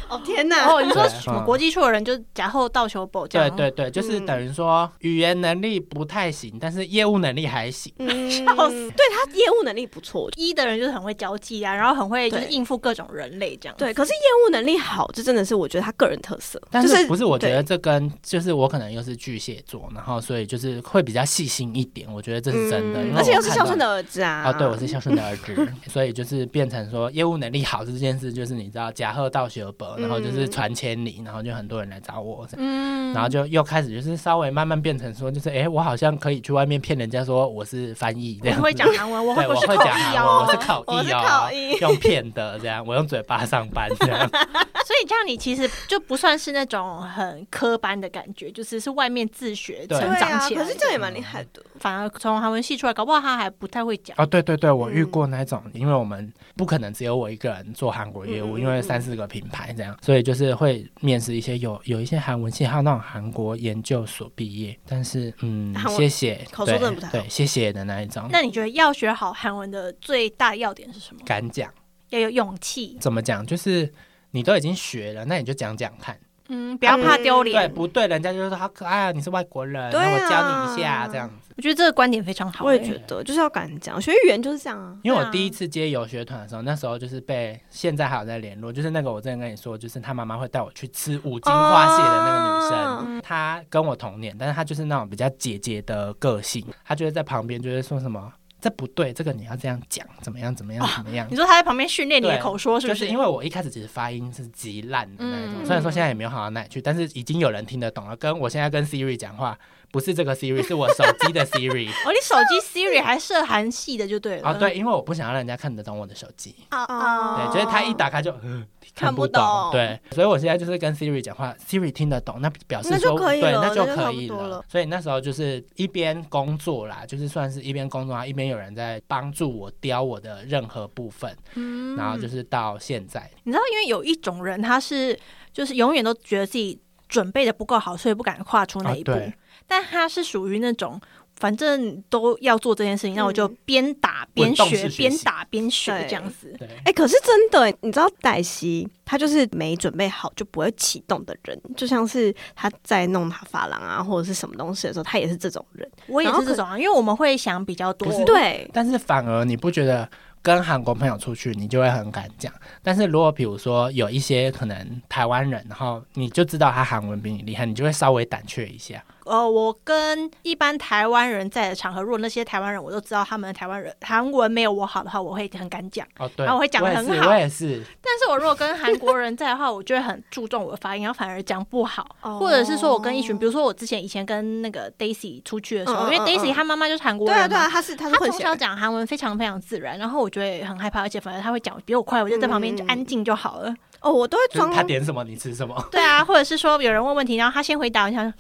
C: 哦天哪，
A: 哦，你说
B: 对
A: 什么
B: 嗯
A: 国际处的人就假后倒修补这
B: 对
A: 样？
B: 对对，就是
C: 嗯
B: 等于说语言能力不太行，但是业务能力还行。
C: 嗯，
A: 笑死
C: 对他业务能力不错，
A: 一的人就是很会交际啊，然后很会就是
C: 对
A: 应付各种人类这样。
C: 对，可是业务能力好，这真的是我觉得他个人特色，
B: 但
C: 就是
B: 不是？我觉得
C: 对
B: 这跟就是我可能又是巨蟹座，然后所以就是会比较细心一点。我觉得这是真的，因为
C: 嗯而且
B: 我
C: 又是
B: 看
C: 孝
B: 到
C: 顺的儿子啊。
B: 哦，对，我是孝顺的儿
C: *laughs*
B: 子，所以就是变成说业务能力好这件事，就是你知道假贺到学本，然后就是
C: 嗯
B: 传千里，然后就很多人来找我，
A: 嗯，
B: 然后就又开始就是稍微慢慢变成说，就是哎、诶我好像可以去外面骗人家说我是翻译这
A: 我
B: 样子，
A: 会讲韩文，我
B: 对，
A: 会
B: 我
A: 是
B: 会
A: 口
B: 讲
A: 译
B: 韩文，
A: 哦
B: 我是。口
C: 啊我是
B: 译
C: 口
B: 哦，
C: 译
B: 用骗的这样，我用嘴巴上班这样，
A: *laughs* 所以这样你其实就不算是那种很科班的感觉，就只是外面自学
B: 对
A: 成
C: 对
A: 长
C: 啊，
A: 起来
C: 可
A: 的。
C: 是这样也蛮厉害的。
A: 反而从韩文系出来，搞不好他还不太会讲。
B: *laughs* 哦，对对对，我
C: 嗯
B: 遇过那种，因为我们不可能只有我一个人做韩国业务，
C: 嗯嗯
B: 因为
C: 嗯
B: 三四个品牌这样，所以就是会面试一些有有一些韩文系，还有那种韩国研究所毕业，但是嗯
C: 韩，文
B: 谢谢，
C: 口说
B: 对
C: 真的不太好
B: 对，谢谢的那一种，
A: 那你觉得要学好韩文的最大要点是什么？
B: 敢讲
A: 要有勇气，
B: 怎么讲，就是你都已经学了，那你就讲讲看，
A: 嗯，不要怕丢
B: 对
A: 脸。
B: 不对？人家就说好可爱啊，你是外国人，
C: 对
B: 那我
C: 啊
B: 教你一下这样子。
A: 我觉得这个观点非常好、
C: 我也
A: 欸
C: 觉得，就是要敢讲，学语言就是这样啊。
B: 因为
A: 对
B: 我
A: 啊
B: 第一次接游学团的时候，那时候就是被现在还有在联络，就是那个我之前跟你说，就是她妈妈会带我去吃五金花蟹的那个女
C: 哦
B: 生，她跟我同年，但是她就是那种比较姐姐的个性，她就会在旁边就会说什么这不对，这个你要这样讲，怎么样怎么样怎么
A: *laughs*
B: 样
A: 你。说他在旁边训练你的
B: 对
A: 口说，是
B: 就
A: 不是？
B: 是因为我一开始其实发音是极烂的那一种，
A: 嗯
B: 虽然说现在也没有好到哪里去，但是已经有人听得懂了。跟我现在跟 Siri 讲话，不是这个 Siri，是我手机的 Siri。
A: 哦，你手机 Siri 还设韩系的就对了。
B: 啊，对，因为我不想让人家看得懂我的手机。
A: 啊
C: 嗯哦
A: 啊，
B: 对，就是他一打开就、呃
C: 看不
B: 不
C: 懂
B: 对，所以我现在就是跟 Siri 讲话，Siri 听得懂，那表示
C: 那就
B: 说
C: 可以
B: 对，
C: 了
B: 那就
C: 那就差
B: 可
C: 不
B: 以
C: 多
B: 了。
C: 了
B: 所以那时候就是一边工作啦，就是算是一边工作，然后一边有人在帮助我雕我的任何部分，
A: 嗯
B: 然后就是到现在，
A: 你知道，因为有一种人，他是就是永远都觉得自己准备的不够好，所以不敢跨出那一步。
B: 啊对
A: 但他是属于那种，反正都要做这件事情，那我就边打边
B: 滚动式
A: 学，
B: 学习
A: 边打边学
C: 对
A: 这样子。
B: 对，
C: 哎、可是真的，你知道黛西她就是没准备好就不会启动的人，就像是她在弄她发廊啊或者是什么东西的时候，她也是这种人。
A: 我也
C: 然后
A: 是
C: 可
A: 这种啊，因为我们会想比较多
B: 不。是
C: 对，
B: 但是反而你不觉得跟韩国朋友出去，你就会很敢讲。但是如果比如说有一些可能台湾人，然后你就知道他韩文比你厉害，你就会稍微胆怯一下。
A: 呃，我跟一般台湾人在的场合，如果那些台湾人我都知道他们的台湾人韩文没有我好的话，我会很敢讲。
B: 哦，对，
A: 啊我会讲得
B: 也
A: 很
B: 是
A: 好
B: 我也是，
A: 但是我如果跟韩国人在的话，我就会很注重我的发音，然后反而讲不好，或者是说我跟一群，比如说我之前以前跟那个 Daisy 出去的时候，
C: 嗯哦嗯
A: 因为
C: 嗯
A: Daisy 她妈妈就是韩国
C: 对
A: 人嘛，
C: 啊对啊，她是她是
A: 她
C: 混
A: 从
C: 血
A: 小
C: 儿，
A: 讲韩文非常非常自然，然后我就会很害怕，而且反正她会讲比我快，我就在旁边就
C: 嗯
A: 安静就好了。
C: 哦，我都会
B: 就是
A: *laughs*
C: 装
B: 他点什么你吃什么。
C: 啊 *laughs*
A: 对啊，或者是说有人问问题，然后她先回答，我想。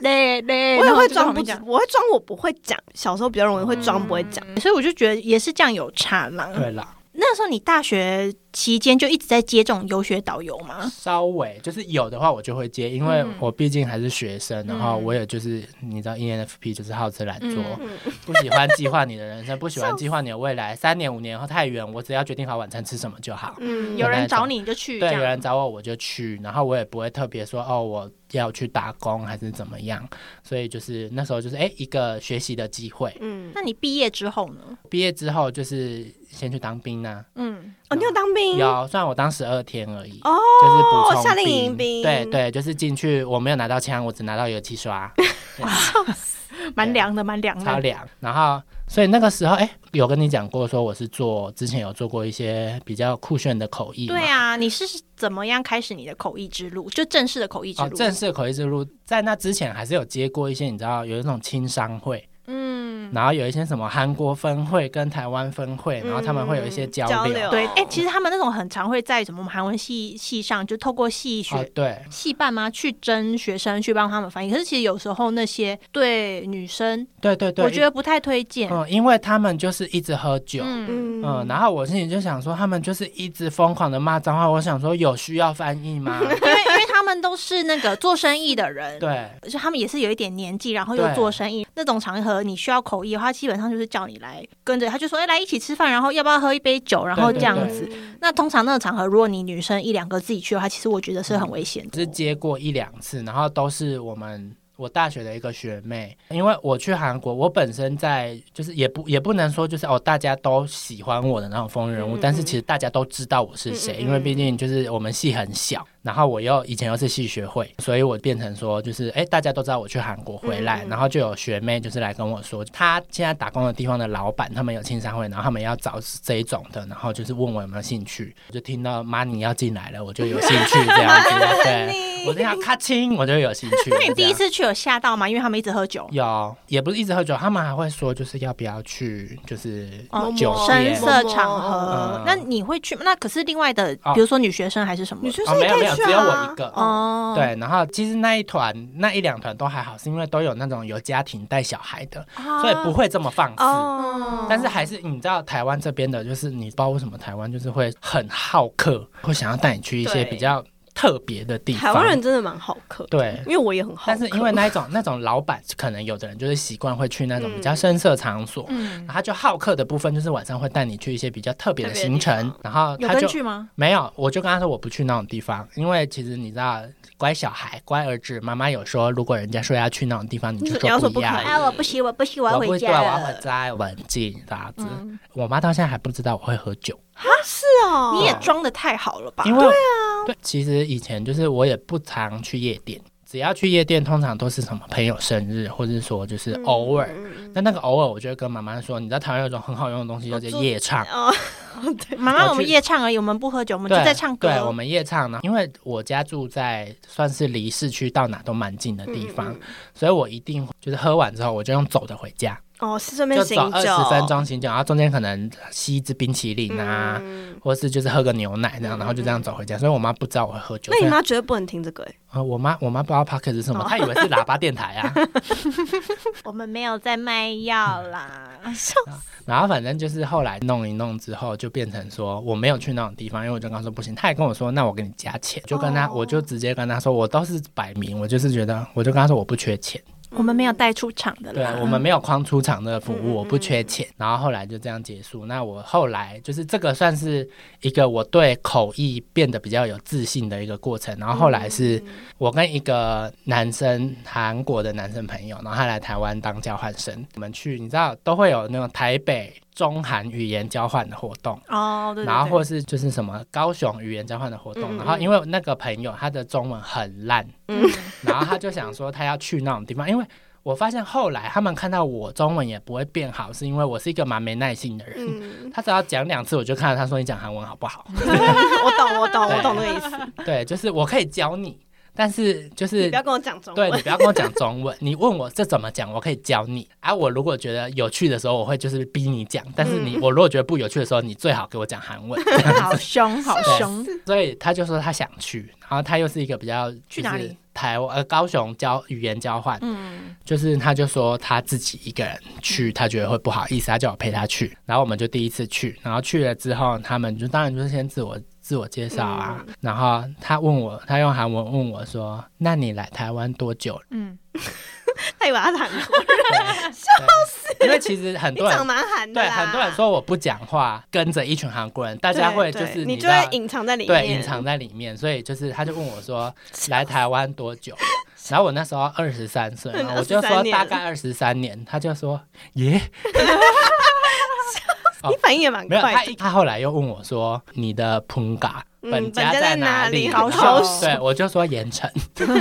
A: 嘞嘞，
C: 我也
A: 然后
C: 会
A: 就
C: 装
A: 很
C: 不
A: 讲，，
C: 我会装我不会讲。小时候比较容易会装不会讲，
A: 所以我就觉得也是这样有差嘛。
B: 对啦，
A: 那时候你大学期间就一直在接这种游学导游吗？
B: 稍微就是有的话我就会接，因为我毕竟还是学生，然后
A: 嗯
B: 我也就是你知道 E ENFP 就是好吃懒做，
A: 嗯
B: 不喜欢计划你
A: *laughs*
B: 的人生，不喜欢计划你的未来，三年五年后太远，我只要决定好晚餐吃什么就好。
C: 嗯，
A: 有人找你你就去，
B: 对，
A: 这
B: 有
A: 样
B: 人找我我就去，然后我也不会特别说哦我要去打工还是怎么样，所以就是那时候就是哎、一个学习的机会。
C: 嗯，
A: 那你毕业之后呢？
B: 毕业之后就是先去当兵啊，
A: 嗯，
C: 哦，你有当兵？
B: 有，虽然我当十二天而已，
C: 哦
B: 就是补充
C: 夏令营兵
B: 对对，就是进去我没有拿到枪，我只拿到油漆刷，
A: 嗯蛮凉的，蛮凉
B: 超
A: 的。
B: 凉。然后，所以那个时候，哎、有跟你讲过说我是做之前有做过一些比较酷炫的口译，哦
A: 对。啊，你是怎么样开始你的口译之路？就正式的口译之
B: 哦，
A: 路？
B: 正式的口译之路，在那之前还是有接过一些，你知道有一种青商会，
A: 嗯，
B: 然后有一些什么韩国分会跟台湾分会，然后他们会有一些交流。
C: 交流
A: 对。哎，其实他们那种很常会在什么我们韩文系系上，就透过系
B: 哦
A: 学，
B: 对，
A: 系办吗？去争学生去帮他们翻译。可是其实有时候那些对女生，
B: 对对对，
A: 我觉得不太推荐。
B: 嗯，因为他们就是一直喝酒，
A: 嗯，
C: 嗯
B: 嗯，然后我心里就想说，他们就是一直疯狂的骂脏话，我想说有需要翻译
C: *laughs*
B: 吗？
A: 因为因为他们都是那个做生意的人，
B: 对，
A: 就他们也是有一点年纪，然后又
B: 对
A: 做生意，那种场合你需要口译的话，基本上就是叫你来跟着，他就说，哎、来一起吃饭，然后要不要喝一杯酒，然后
B: 对
A: 这
B: 对
A: 样
B: 对
A: 子。那通常那个场合，如果你女生一两个自己去的话，其实我觉得是很危险的。
B: 只接过一两次，然后都是我们我大学的一个学妹，因为我去韩国，我本身在就是也不也不能说就是哦大家都喜欢我的那种风云人物，
C: 嗯
B: 但是其实大家都知道我是谁，
C: 嗯嗯嗯
B: 因为毕竟就是我们系很小，然后我又以前又是系学会，所以我变成说就是哎大家都知道我去韩国回来，
C: 嗯嗯嗯
B: 然后就有学妹就是来跟我说，她现在打工的地方的老板他们有青商会，然后他们要找这一种的，然后就是问我有没有兴趣，我就听到妈你要进来了，我就有兴趣这样子，对。我这样咔清，我就有兴
A: *laughs*
B: 趣。
A: 那你第一
B: 这样
A: 次去有吓到吗？因为他们一直喝酒，
B: 有，也不是一直喝酒，他们还会说就是要不要去，就是
A: 哦
B: 酒
A: 深
B: 店。
A: 色场合，
B: 嗯
A: 那你会去吗？那可是另外的，
B: 哦
A: 比如说女学生还是什么
C: 女？学
B: 哦，
C: 生
B: 没
C: 也
B: 有
C: 可
B: 没有，
C: 以
B: 只
C: 去
B: 有我
C: 啊
B: 一。个。
A: 哦，
B: 对，然后其实那一团那一两团都还好，是因为都有那种有家庭带小孩的，
A: 啊，
B: 所以不会这么放肆。
C: 哦
B: 但是还是你知道台湾这边的，就是你不知道为什么台湾就是会很好客，会想要带你去一些
C: 对
B: 比较特别的地方。
C: 台湾人真的蛮好客，
B: 对，
C: 因为我也很好客，
B: 但是因为那一种那种老板，可能有的人就是习惯会去那种比较
C: 嗯
B: 深色场所，
A: 嗯，
B: 然后他就好客的部分就是晚上会带你去一些比较特别的行程
C: 特，
B: 然后
A: 有
B: 他
A: 跟
B: 就
A: 去吗？
B: 没有，我就跟他说我不去那种地方，因为其实你知道乖小孩乖儿子，妈妈有说如果人家说要去那种地方，你就
C: 你要说
B: 不
C: 不
B: 要
C: 可以。
A: 哎，我不行，我不行，我要
B: 我不
A: 回
B: 对，啊
A: 家
B: 我
A: 了。嗯
B: 要回家，文静这样子。我妈到现在还不知道我会喝酒，
C: 是哦，
A: 你也装的太好了吧？
B: 因为对啊，对，其实以前就是我也不常去夜店，只要去夜店，通常都是什么朋友生日，或者说就是偶尔
C: 嗯
B: 那那个偶尔，我就会跟妈妈说，你知道台湾有一种很好用的东西叫做夜唱，
C: 哦，
A: *laughs*
C: *laughs*
A: 妈妈，
B: 我
A: 我们
B: 去
A: 夜唱而已，我们不喝酒，我们就在唱歌。
B: 对，我们夜唱呢，因为我家住在算是离市区到哪都蛮近的地方，
C: 嗯
B: 所以我一定就是喝完之后，我就用走的回家，
C: 哦，是顺
B: 就
C: 便醒
B: 走二
C: 酒
B: 十分钟行脚，然后中间可能吸一支冰淇淋啊，
C: 嗯
B: 或是就是喝个牛奶这样，
C: 嗯
B: 然后就这样走回家。所以我妈不知道我会喝酒，
C: 那你
B: 所以
C: 妈绝对不能听这
B: *laughs*
C: 个哎，
B: 呃我妈我妈不知道 p o c k e t 是什么，
C: 哦
B: 她以为是喇叭电台啊。 *laughs*
A: 我们没有在卖药
B: 嗯
A: 啦。
B: 然后反正就是后来弄一弄之后，就变成说我没有去那种地方，因为我就跟他说不行，他也跟我说那我给你加钱，就跟他、
C: 哦
B: 我就直接跟他说我都是摆明，我就是觉得我就跟他说我不缺钱，
A: *laughs* 我们没有带出场的
B: 对
A: 啦。
B: 我们没有框出场的服
C: 嗯嗯
B: 务，
C: 嗯
B: 我不缺钱。然后后来就这样结束。那我后来就是这个算是一个我对口译变得比较有自信的一个过程。然后后来是
C: 嗯
B: 我跟一个男生，韩国的男生朋友，然后他来台湾当交换生，我们去你知道都会有那种台北中韩语言交换的活动。
A: 哦，对对对。
B: 然后或是就是什么高雄语言交换的活动，
C: 嗯嗯
B: 然后因为那个朋友他的中文很烂，
A: 嗯
B: 然后他就想说他要去那种地方，因为我发现后来他们看到我中文也不会变好，是因为我是一个蛮没耐性的人。
C: 嗯， *laughs*
B: 他只要讲两次，我就看到他说你讲韩文好不好？
C: 我懂，我懂，
B: 对
C: 我懂那个意思。
B: 对，就是我可以教你，但是就是
C: 你不要跟我讲中
B: 对你
C: *laughs* 文，
B: 不要跟我讲中文，你问我这怎么讲，我可以教你。啊，我如果觉得有趣的时候，我会就是逼你讲，但是
C: 嗯
B: 你、我如果觉得不有趣的时候，你最好给我讲韩
C: *laughs*
B: 文。
A: *laughs* 好凶，好凶！
B: 所以他就说他想去，然后他又是一个比较、就是
A: 去哪里？
B: 台湾呃高雄交语言交换，
A: 嗯，
B: 就是他就说他自己一个人去，他觉得会不好意思，他叫我陪他去。然后我们就第一次去，然后去了之后，他们就当然就是先自我自我介绍啊。
C: 嗯
B: 然后他问我，他用韩文问我说：“那你来台湾多久了
A: 嗯，
C: 他以为他是韩国人，？”
B: 笑死！因为其实很
C: 你
B: 多人
C: 长蛮韩的
B: 对
C: 啦，
B: 很多人说我不讲话，跟着一群韩国人，大
C: 对，
B: 家会就
C: 对
B: 是
C: 你
B: 知
C: 就
B: 道
C: 会隐藏在里面，
B: 对，隐藏在里面。所以就是，他就问我说来台湾多
C: *laughs*
B: 久？然后我那时候二十三岁嘛，
C: 嗯
B: 我就说
C: 23年
B: 大概二十三年，他就说耶，
C: 你反应也蛮
B: 哦没有。他
C: 快
B: 一他后来又问我说你的彭嘎
C: 嗯
B: 本
C: 本家
B: 在
C: 在哪
B: 里？
C: 里
B: 然
A: 好
B: 后
A: 熟
B: 对，我就说盐
C: *laughs*
B: 城，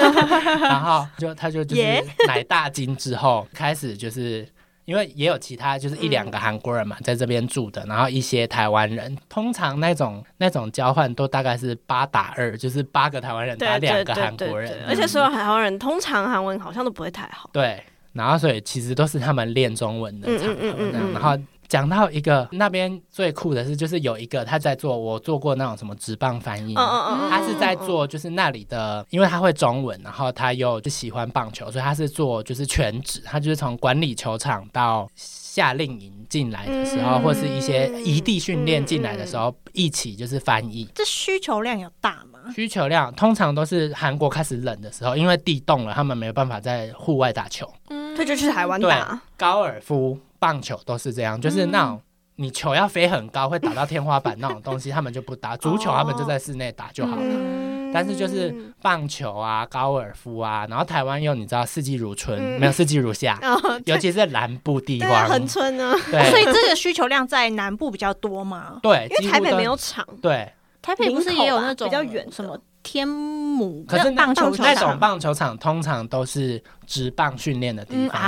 B: 然后就他就就是
C: 耶
B: 奶大金之后开始就是。因为也有其他，就是一
C: 嗯
B: 两个韩国人嘛，在这边住的，然后一些台湾人。通常那种那种交换都大概是八打二，就是八个台湾人打
C: 对对
B: 两
C: 对
B: 个
C: 对
B: 韩
C: 对
B: 国
C: 对
B: 人，，嗯
C: 而且所有韩国人通常韩文好像都不会太好，
B: 对，然后所以其实都是他们练中文的
C: 嗯
B: 场合，
C: 嗯嗯嗯
B: 这样
C: 嗯
B: 然后。讲到一个那边最酷的是，就是有一个他在做，我做过那种什么直棒翻译
C: 嗯，嗯嗯，
B: 他是在做就是那里的，因为他会中文，然后他又就喜欢棒球，所以他是做就是全职，他就是从管理球场到夏令营进来的时候，
C: 嗯
B: 或是一些异地训练进来的时候，一起就是翻译。
A: 这需求量有大吗？
B: 需求量通常都是韩国开始冷的时候，因为地冻了，他们没有办法在户外打球，
A: 嗯
C: 他就去台湾打，
B: 高尔夫、棒球都是这样，就是那种你球要飞很高，会打到天花板那种东西，他们就不打。足球他们就在室内打就好了。
C: 嗯
B: 但是就是棒球啊、高尔夫啊，然后台湾又你知道四季如春，
C: 嗯
B: 没有四季如夏，
C: 哦，
B: 尤其是南部地
C: 对啊，
B: 方，
C: 横村啊，
A: 所
B: 对
A: 以这个需求量在南部比较多吗？
B: 对，
C: 因
B: 几
C: 为
B: 乎
C: 台北
B: 都
C: 没有场，
B: 对。
A: 台北不是也有那种
C: 林口啊比较远的
A: 什么天母，
B: 可是
A: 那棒球
C: 棒球
B: 那
A: 场
B: 种棒球场通常都是职棒训练的地
A: 嗯
B: 方，
A: 啊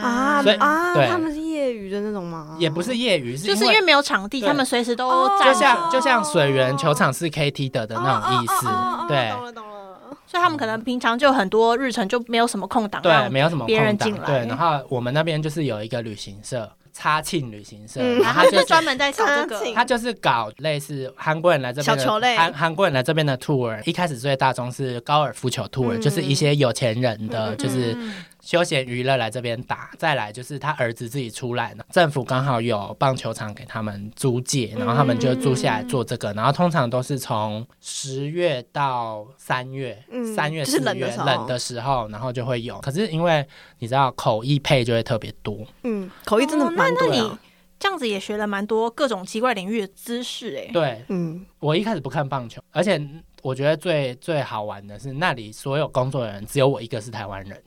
C: 啊
B: 所以
C: 啊，
B: 对
C: 他们是业余的那种吗？
B: 也不是业余，是
A: 就是因为没有场地，
B: 对
A: 他们随时都
C: 哦
A: 站
B: 就
A: 着，
B: 像就像水源球场是 KT 的的
C: 哦
B: 那种意思，
C: 哦哦哦哦
B: 对
C: 懂了懂了，
A: 所以他们可能平常就很多日程就没有什么空档
B: 对，
A: 让
B: 没有什么
A: 别
B: 空
A: 人
B: 档
A: 进。来
B: 对，然后我们那边就是有一个旅行社，插庆旅行社，
C: 嗯
B: 然后他
A: 啊他
B: 就
A: 就是专门在搞这
C: 他
A: 个，
B: 他就是搞类似韩国人来这边的
C: 小球类
B: 韩韩国人来这边的 tour，一开始最大宗是高尔夫球 tour，、
C: 嗯
B: 就是一些有钱人
C: 嗯
B: 的，
C: 嗯
B: 就是休闲娱乐来这边打。再来就是他儿子自己出来呢，政府刚好有棒球场给他们租借，然后他们就租下来做这个。然后通常都是从十月到三月，
C: 嗯
B: 三、月
C: 就
B: 四
C: 是
B: 月
C: 冷的时候
B: 冷的时候，然后就会有。可是因为你知道口译配就会特别多，
C: 嗯，口译真的
A: 哦
C: 蛮
A: 那
C: 多
A: 那
C: 的
A: 你这样子也学了蛮多各种奇怪领域的知识哎、
B: 对，
C: 嗯，
B: 我一开始不看棒球，而且我觉得最最好玩的是那里所有工作人员只有我一个是台湾人，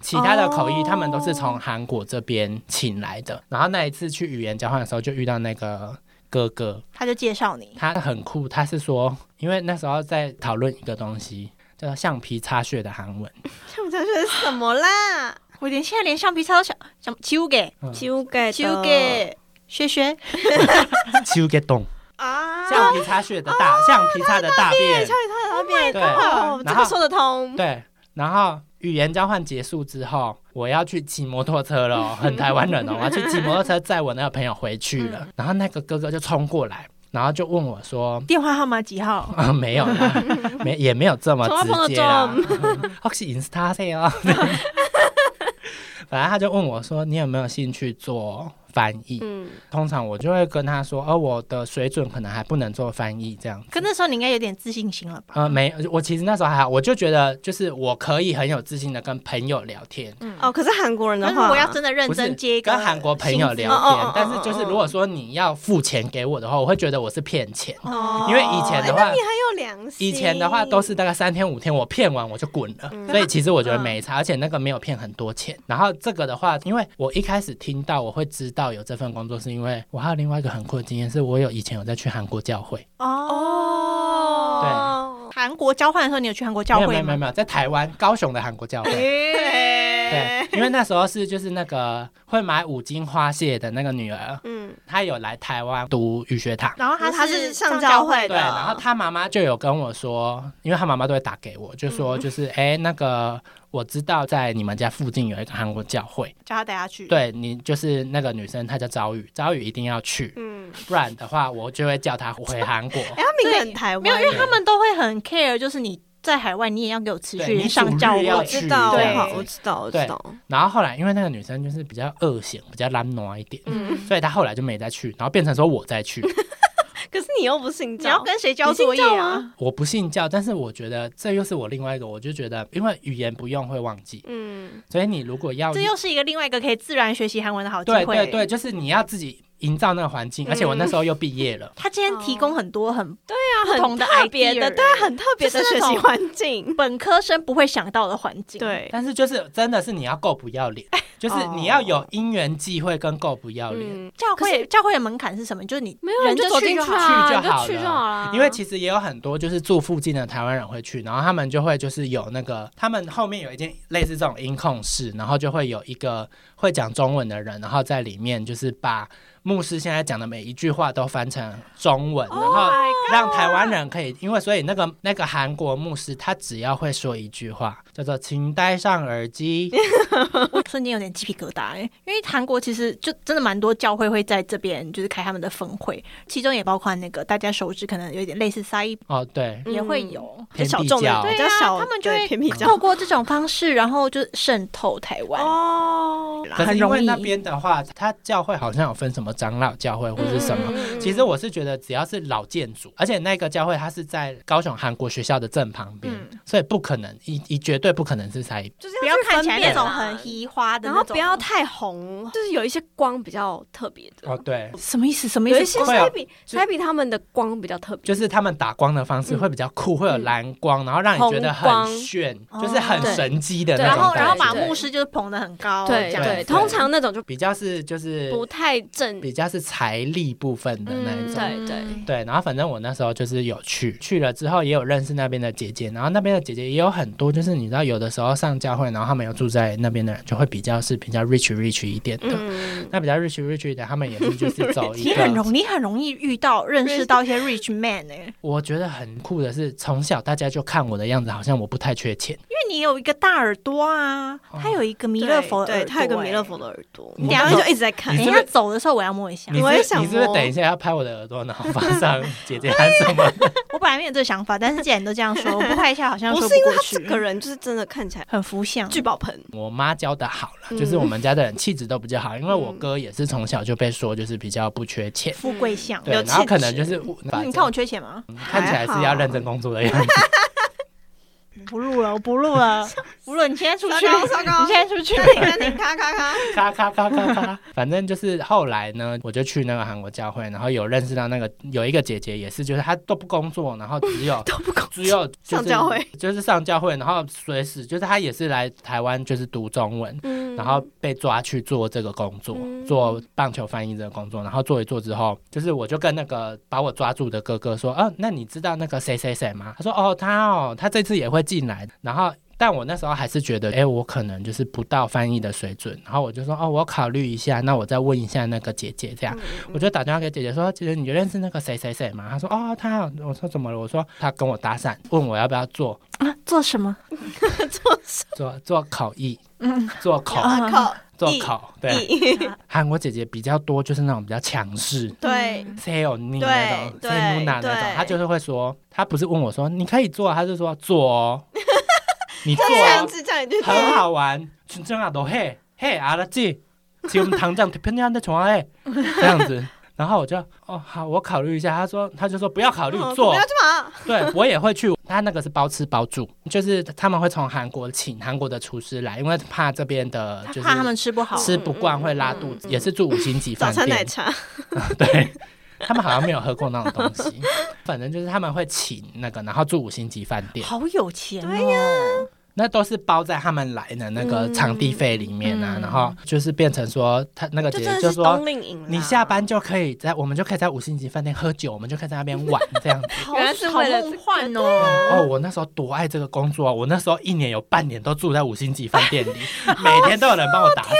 B: 其他的口译
C: 哦
B: 他们都是从韩国这边请来的。然后那一次去语言交换的时候，就遇到那个哥哥，
A: 他就介绍你，
B: 他很酷，他是说，因为那时候在讨论一个东西。叫做橡皮擦屑的韩文，
C: 像不像是什么啦？
A: 我连现在连橡皮擦都想想揪给
B: 嗯
C: 修改
A: 揪给学学，
B: 秋给懂，
C: 啊，
B: 橡皮擦屑的大，哦橡皮擦的大便，
C: 那边
B: 对
C: 哦，这
B: 然后
C: 个说得 *laughs* 通，
B: 对，然后语言交换结束之后，我要去骑摩托车了哦，很台湾人哦，我要去骑摩托车载我那个朋友回去了。然后那个哥哥就冲过来，然后就问我说 *laughs*
A: 电话号码几号？：“
B: 啊、没有啦，没也没有这么直接啦。 *laughs* 혹시인스타하세요？” *laughs* 反正他就问我说：“你有没有兴趣做翻译？”
C: 嗯，
B: 通常我就会跟他说：“哦，我的水准可能还不能做翻译这样子。”
A: 可那时候你应该有点自信心了吧？
B: 呃，没，我其实那时候还好，我就觉得就是我可以很有自信的跟朋友聊天，
C: 哦，可是韩国人的
A: 但是
C: 话，
A: 如果要真的认
B: 嗯不是
A: 真接一个
B: 跟韩国朋友聊
C: 哦哦
B: 天
C: 哦，
B: *laughs* 但是就是如果说你要付钱给我的话，我会觉得我是骗钱。
C: 哦，
B: 因为以前的话
C: 哎那你很有良心。
B: 以前的话都是大概三天五天，我骗完我就滚了，所以其实我觉得没差，而且那个没有骗很多钱。然后这个的话，因为我一开始听到我会知道有这份工作，是因为我还有另外一个很酷的经验，是我有以前有在去韩国教会，
A: 哦。
C: 哦，
A: 韩国交换的时候，你有去韩国教
B: 没有没
A: 会
B: 有没有
A: 吗？
B: 没有，在台湾高雄的韩国教会。
A: 对，
B: 对，因为那时候是就是那个会买五金花蟹的那个女儿，
C: 嗯，
B: 她有来台湾读语学堂。
A: 然后他
C: 他
A: 是
C: 是
A: 上
C: 上
A: 教
C: 教
A: 会
C: 会
B: 对，
A: 的，
B: 然后她妈妈就有跟我说，因为她妈妈都会打给我，就说就是哎、那个我知道在你们家附近有一个韩国教会，
A: 叫他带他去。，
B: 对你就是那个女生，她叫朝雨，朝雨一定要去，
C: 嗯，
B: 不然的话我就会叫她回韩国。
C: 哎，他名字很台湾，
A: 没有，因为他们都会很 care，就是你在海外你也要给我持
B: 对
A: 续
B: 你
A: 上
B: 主
A: 教
B: 日要
A: 会
C: 我
B: 去
C: 知道，
A: 对
C: 好我知道，我知
B: 对
C: 道，
B: 然后后来因为那个女生就是比较恶险，比较懒惰一点，
C: 嗯。
B: 所以她后来就没再去，然后变成说我再去。
C: 可是你又不信
A: 你要
C: 教，
A: 跟谁交作业
C: 你信教
A: 啊
C: 吗？
B: 我不信教，但是我觉得这又是我另外一个，我就觉得因为语言不用会忘记，
C: 嗯，
B: 所以你如果要
A: 这又是一个另外一个可以自然学习韩文的好机
B: 对
A: 会。嗯
B: 对对，就是你要自己营造那个环境，而且我那时候又毕业了。
A: 他今天提供很多很
C: 对啊，
A: 不同
C: 很
A: 的
C: 特别的，
A: idea
C: 对啊，很特别的
A: 就是那
C: 学
A: 种
C: 习环境，
A: 本科生不会想到的环境。，
C: 对，
B: 但是就是真的是你要够不要脸，就是
A: 哦
B: 你要有因缘际会跟够不要脸。
C: 嗯，
A: 教
D: 可
A: 会
D: 是
A: 教会的门槛是什么？就是你
D: 没有
A: 人
D: 你就走进
A: 去就
D: 去
A: 好
D: 啊
B: 去
D: 你就
B: 好
D: 去就
B: 了
D: 好啦
A: 啊
B: 因为其实也有很多就是住附近的台湾人会去，然后他们就会就是有那个，他们后面有一间类似这种音控室，然后就会有一个会讲中文的人，然后在里面就是把牧师现在讲的每一句话都翻成中文，然
A: Oh
B: 后让台湾人可以，因为所以那个那个韩国牧师他只要会说一句话，叫做“请戴上
A: *laughs*
B: 耳机
A: *laughs* 我瞬间有点鸡皮疙瘩哎、因为韩国其实就真的蛮多教会会在这边就是开他们的分会，其中也包括那个大家熟知可能有点类似撒一”。
B: 哦，对，
A: 也会有。
C: 很
B: 天
C: 小
B: 地
C: 众的
B: 教，
C: 比
A: 对
C: 较
A: 啊
C: 小，
A: 他们就
C: 对
A: 会
C: 偏僻
A: 透
C: 教
A: 过这种方式，然后就渗透台湾。
C: 哦，
B: 可是
A: 啊很
B: 因
A: 容
B: 为
A: 易
B: 那边的话，他教会好像有分什么长老教会或是
A: 嗯
B: 什么。其实我是觉得，只要是老建筑，而且那个教会它是在高雄韩国学校的正旁边，
A: 嗯
B: 所以不可能，一一绝对不可能是才
C: 就是
A: 不要
C: 去
A: 看
C: 分
A: 起来那
C: 辨
A: 种
C: 啊
A: 很移花的
C: 然
A: 那种，
C: 后不要太红，就是有一些光比较特别的，
B: 哦，对，
A: 什么意思？什么
C: 有一
A: 意思？
C: 些
B: 会有
C: 塞比塞比他们的光比较特别，
B: 就是他们打光的方式会比较酷，会有蓝光，然后让你觉得
C: 红光
B: 很炫，
A: 哦
B: 就是很神机的
C: 对
B: 那
A: 然
B: 种
A: 后
B: 感觉。
A: 然后把
C: 对
A: 牧师就是捧得很高，
C: 对
A: 这样
C: 对，
B: 对
C: 通常那种就
B: 比较是就是
C: 不太正，
B: 比较是财力部分的那
A: 嗯
B: 一种。
C: 对对
B: 对，然后反正我那时候就是有去，去了之后也有认识那边的姐姐，然后那边的姐姐也有很多，就是你知道有的时候上教会，然后他们有住在那边的人，就会比较是比较 rich rich 一点的。
C: 嗯，
B: 那比较 rich rich 一点，他们也是就是走一
C: *laughs*
A: 你很
B: 个，
A: 容你很容易遇到认识到一些 rich man 哎、因
B: 我觉得很酷的是，从小大家就看我的样子，好像我不太缺
C: *laughs*
B: 钱。
A: 为你有一个大耳朵啊，他有一个弥勒佛 *laughs* 的
C: 对，
A: 耳朵、
C: 对他有个弥勒佛
A: 哎。
C: 的耳朵，
B: 你
C: 我刚刚
A: 等一
C: 就
A: 下
C: 一直在看
A: 等
B: 你，
A: 一
B: 是不
A: 下
B: 是
A: 走的时候我要摸一下
B: 你，是不
C: 我也
B: 是
C: 想
B: 你是不是
C: 摸
B: 等一下要拍我的耳朵，然后放上姐姐喊什么？
A: 我本来没有这个想法，但是既然你都这样说，我不拍一下好像
C: 不
A: 说
C: 是因为
A: 过
C: 他
A: 去。
C: 这个人就是真的看起来
A: 很浮相，
C: 聚宝盆，
B: 我妈教的好了，就是我们家的人气质都比较好，因为我
C: 嗯
B: 哥也是从小就被说就是比较不缺钱。
A: 富贵相。
B: 嗯对嗯
C: 有，
B: 然后
C: 气
B: 可能就
C: 质
B: 是
C: *laughs*
B: 我把
A: 嗯你
B: 这
A: 看我缺钱吗？
B: 看起来是要认真工作的样子。
A: 不录了，我不录 *laughs* 了，不录。你现在出去， *laughs*
C: 糟糕糟糕
A: 你现在出去。
C: 暂停，咔咔咔，
B: *laughs* 咔咔咔咔咔，反正就是后来呢，我就去那个韩国教会，然后有认识到那个有一个姐姐，也是就是她都不工作，然后只
C: *laughs*
B: 有
C: 都不够，
B: 只有、就是、
C: 上教会，
B: 就是上教会，然后随时就是她也是来台湾就是读中文。
C: 嗯
B: 然后被抓去做这个工作，
C: 嗯
B: 做棒球翻译这个工作，然后做一做之后，就是我就跟那个把我抓住的哥哥说，啊，那你知道那个谁谁谁吗？他说，哦，他哦，他这次也会进来，然后。但我那时候还是觉得，哎、我可能就是不到翻译的水准，然后我就说，哦，我考虑一下，那我再问一下那个姐姐这
C: 嗯
B: 样。我就打电话给姐姐说：“姐姐，你认识那个谁谁谁吗？”她说：“哦，他。”我说：“怎么了？”我说：“他跟我搭讪，问我要不要做
A: *laughs* 啊，做什么？
B: 做做口译，
A: 嗯，
B: 做口
A: 啊
C: 靠，
B: 做
C: 译
B: 口。”对，
C: 一
B: 韩国姐姐比较多，就是那种比较强势。
C: *laughs* 对，
B: 塞有你
C: 对
B: 那种，
C: 对
B: 塞努娜那种
C: 对，
B: 她就是会说，她不是问我说你可以做啊，她就
C: *laughs*
B: 说做哦，你做
C: 这样
B: 哦，
C: 子这样你就
B: 很好玩，就这样都嘿嘿啊阿拉姐，请我们糖酱偏偏在床哎， *laughs* 这样子，然后我就哦好，我考虑一下，她说她就说不要考虑
C: 嗯
B: 做
C: 不要，去嘛，
B: 对我也会去，他那个是包吃包住，就是他们会从韩国请韩国的厨师来，因为怕这边的
A: 他
B: 啊就是
A: 怕他们吃不好。
B: 吃不惯会拉肚子，
C: 嗯嗯嗯
B: 也是住五星级
C: 早
B: 饭
C: 餐奶
B: 店，
C: 茶，
B: *laughs* 对。他们好像没有喝过那种东西，反正就是他们会请那个，然后住五星级饭店，
A: 好有钱、哦，
C: 对
A: 呀，
B: 那都是包在他们来的那
C: 嗯
B: 个场地费里面啊。
A: 嗯嗯
B: 然后就是变成说，他那个姐
C: 哦就
B: 姐
C: 真
B: 就
C: 的是
B: 说
C: 冬，令营啦，
B: 你下班就可以在，我们就可以在五星级饭店喝酒，我们就可以在那边玩这
C: *laughs*
B: 样子。
C: 好
A: 原来是
C: 好
A: 为了
C: 梦
A: 梦幻哦。
B: 哦，我那时候多爱这个工作啊！我那时候一年有半年都住在五星级饭店里，每天都有人帮我打扫。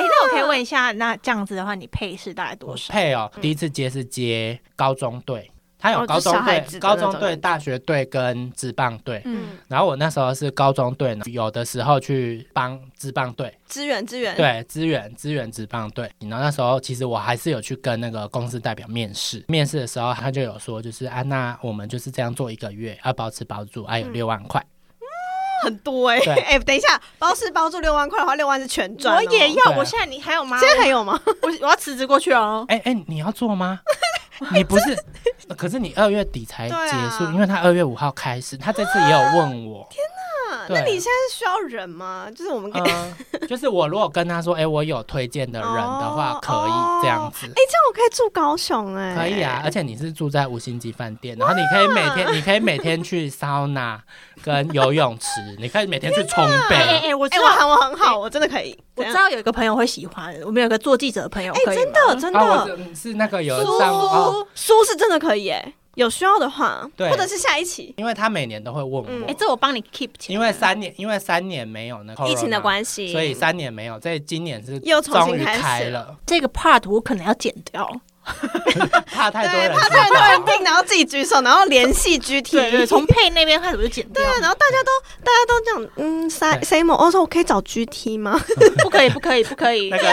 A: 哎、那我可以问一下，那这样子的话，你配饰大概多
B: 我
A: 少？
B: 配哦，第一次接是接高中队，他有
C: 嗯哦
B: 高
C: 就
B: 中
C: 小孩
B: 队、
C: 子的
B: 高
C: 那
B: 中
C: 种
B: 队、
C: 感觉
B: 大学队跟职棒队。
C: 嗯，
B: 然后我那时候是高中队呢，有的时候去帮职棒队，
C: 支援支援，，
B: 对，支援支援职棒队。然后那时候其实我还是有去跟那个公司代表面试，面试的时候他就有说，就是啊，那我们就是这样做一个月，要包吃包住，
C: 嗯
B: 啊，有六万块。
C: 很多哎、欸，
B: 对
C: *laughs* 哎、等一下，包吃包住六万块的话，六万是全赚、
A: 我也，要，
B: 对啊
A: 我哦现在你还有吗？
C: 现在还有吗？
A: 我我要辞职过去哦。
B: 哎、哎、你要做
C: *laughs*
B: 吗？你不是，可是你二月底才
C: 对
B: 结束，
C: 啊
B: 因为他二月五号开始，他这次也有问我。
C: 啊
B: 对
C: 那你现在是需要人吗？就是我们可以，哎、
B: 嗯，就是我如果跟他说，哎、我有推荐的人的话，
C: 哦
B: 可以这样子。
C: 哎这样我可以住高雄哦哎、
B: 可以啊，而且你是住在五星级饭店，然后你可以每
C: *laughs*
B: 天，你可以每天去桑拿跟游泳池，你可以每天去冲
A: 哎哎
B: 背。
A: 哎，我
C: 哎、
A: 知道，
C: 我韩文很好，我真的可以。
A: 我
C: 怎
A: 知
C: 样，
A: 道有一个朋友会喜欢，我们有一个做记者的朋友，
C: 哎、
A: 可以
C: 真
A: 吗
C: 的真的，
B: 啊，我是是那个有上哦，
C: 书是真的可以哎、有需要的话，
B: 对
C: 或者是下一期
B: 因为他每年都会问
C: 嗯
B: 我
A: 哎，，这我帮你 keep 起来，
B: 因为三年，因为三年没有那
C: 疫情的
B: 系，
C: 关系，
B: 所以三年没有，在今年是
C: 又重
B: 终
C: 新
B: 于
C: 开始
B: 开了，
A: 这个 part 我可能要剪掉。
B: 怕太多
C: 对，
B: 人
C: 怕
B: 知
C: 太多人
B: 道。啊
C: 听，然后自己举手，然后联系 GT，
A: 对对，从配那边开始我就剪掉
C: 对。啊，然后大家都大家都讲，嗯，Sa
B: 对嗯
C: Samo，我说我可以找 GT 吗？
A: 不可以，不可以，不可以 *laughs*
B: 那。个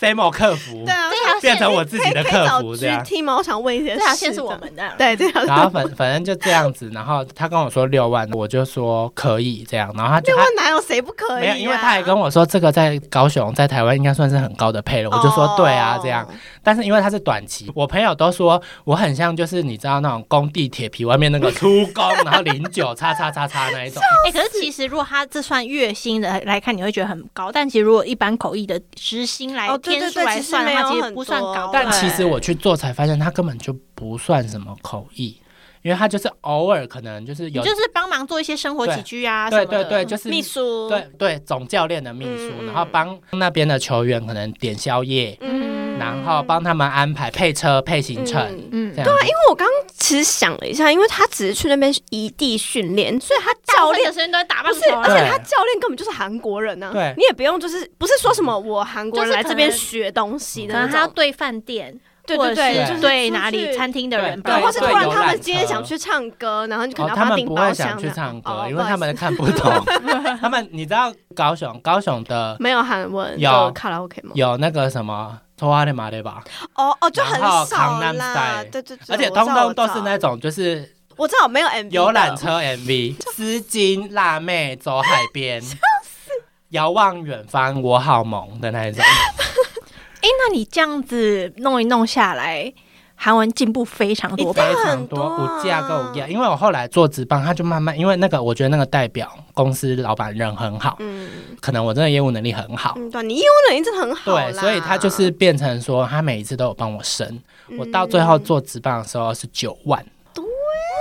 B: Samo 客服
C: 对啊，
A: 这条
B: 变
A: 线
B: 成
A: 是，
B: 我自己的
C: 可以可以
B: 客
C: 找
B: 服这样。
C: GT 吗？我想问一些，
A: 这条线是我，们的。
C: 对，这啊条
B: 然后反反正就这样子，然后他跟我说六万，我就说可以这样，然后他就
C: 六
B: 他
C: 万哪有谁不可以
B: 没
C: 啊？
B: 有，因为他也跟我说这个在高雄在台湾应该算是很高的配了，我就说对啊这样
C: 哦，，
B: 但是因为它是短期，我朋友都说我很像就是你知道那种工地铁皮外面那个出工，然后零九叉叉叉叉那一种，
A: 哎、可是其实如果他这算月薪的来看，你会觉得很高，但其实如果一般口译的时薪来、
C: 哦对对
A: 天数
C: 对
A: 来
C: 其实
A: 算的
C: 没
A: 话，
C: 有
A: 其实
C: 很
A: 不算
C: 多
A: 高。
B: 但
C: 对
B: 其实我去做才发现它根本就不算什么口译，因为它就是偶尔可能就是
A: 你
B: 有
A: 就是帮忙做一些生活起居啊什
B: 对
A: 么
B: 对
A: 的。
B: 对，就是
C: 秘书，
B: 对对，总教练的秘书，
C: 嗯嗯
B: 然后帮那边的球员可能点宵夜，
C: 嗯
B: 然后帮他们安排配车、配行程。
A: 嗯
C: 嗯
B: 这，样子
C: 因为我刚刚其实想了一下，因为他只是去那边异地训练，所以他教练
A: 的时间都在打棒
C: 不
A: 球
C: 是，而
A: 啊。
C: 且他教练根本就是韩国人呢、
B: 对
C: 你也不用就是不是说什么我韩国人
A: 就是
C: 来
A: 可
C: 这边
A: 能
C: 学东西
A: 可
C: 的
A: 能他
C: 那
A: 要
C: 种，
A: 对饭店，
C: 对
A: 或
C: 对
A: 者
C: 对，
A: 是
C: 就是
A: 对
C: 出
A: 哪里
C: 去
A: 餐厅的人
B: 对
A: 吧，
C: 对，或是突
B: 对
C: 然
B: 有
C: 他
B: 缆
C: 们今天
B: 车
C: 想去唱歌，然后你可
B: 哦
C: 能，要
B: 他
C: 帮
B: 们
C: 订
B: 不
C: 包
B: 会
C: 厢
B: 想去
C: 的
B: 唱歌，
C: 哦
B: 因
C: 不
B: 为
C: 好
B: 他
C: 意
B: 们
C: 思
B: 看不
C: *laughs*
B: 懂。他们你知道高雄高雄的
C: 没有韩文
B: 有
C: 有卡拉 OK 吗？
B: 有那个什么托阿的马对吧？
C: 哦哦，就很
B: 然后
C: 少
B: Gangnam
C: 啦
B: Style，，
C: 对对对，
B: 而且
C: 我知
B: 通
C: 道
B: 通都
C: 我
B: 是
C: 知道
B: 那种就是
C: 我知道没有 MV
B: 游览
C: 的
B: 车
C: *laughs*
B: MV，丝巾辣妹走海边，遥望远方我好萌的那一种。
A: 哎、那你这样子弄一弄下来，韩文进步非常多
C: 一定
A: 吧？
B: 非常
C: 哦很
B: 多，
C: 多啊
B: 五架跟五架，因为我后来做职棒，他就慢慢，因为那个我觉得那个代表公司老板人很好，
C: 嗯
B: 可能我真的业务能力很好，
C: 嗯，对，你业务能力真的很好啦，
B: 对，所以他就是变成说，他每一次都有帮我升，
C: 嗯
B: 我到最后做职棒的时候是九万，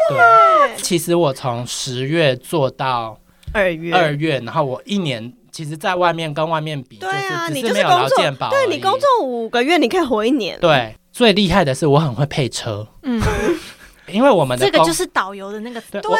B: 对，其实我从十月做到
C: 二月
B: 二月，然后我一年。其实，在外面跟外面比，
C: 对啊，
B: 就是
C: 你
B: 只
C: 就
B: 没有
C: 工
B: 劳
C: 作
B: 健保，而
C: 对
B: 已，
C: 你工作五个月，你可以活一年。
B: 对最厉害的是我很会配车，
A: 嗯，
B: 因为我们的
A: 这个
B: 公
A: 就是导游的那个
B: 对呀、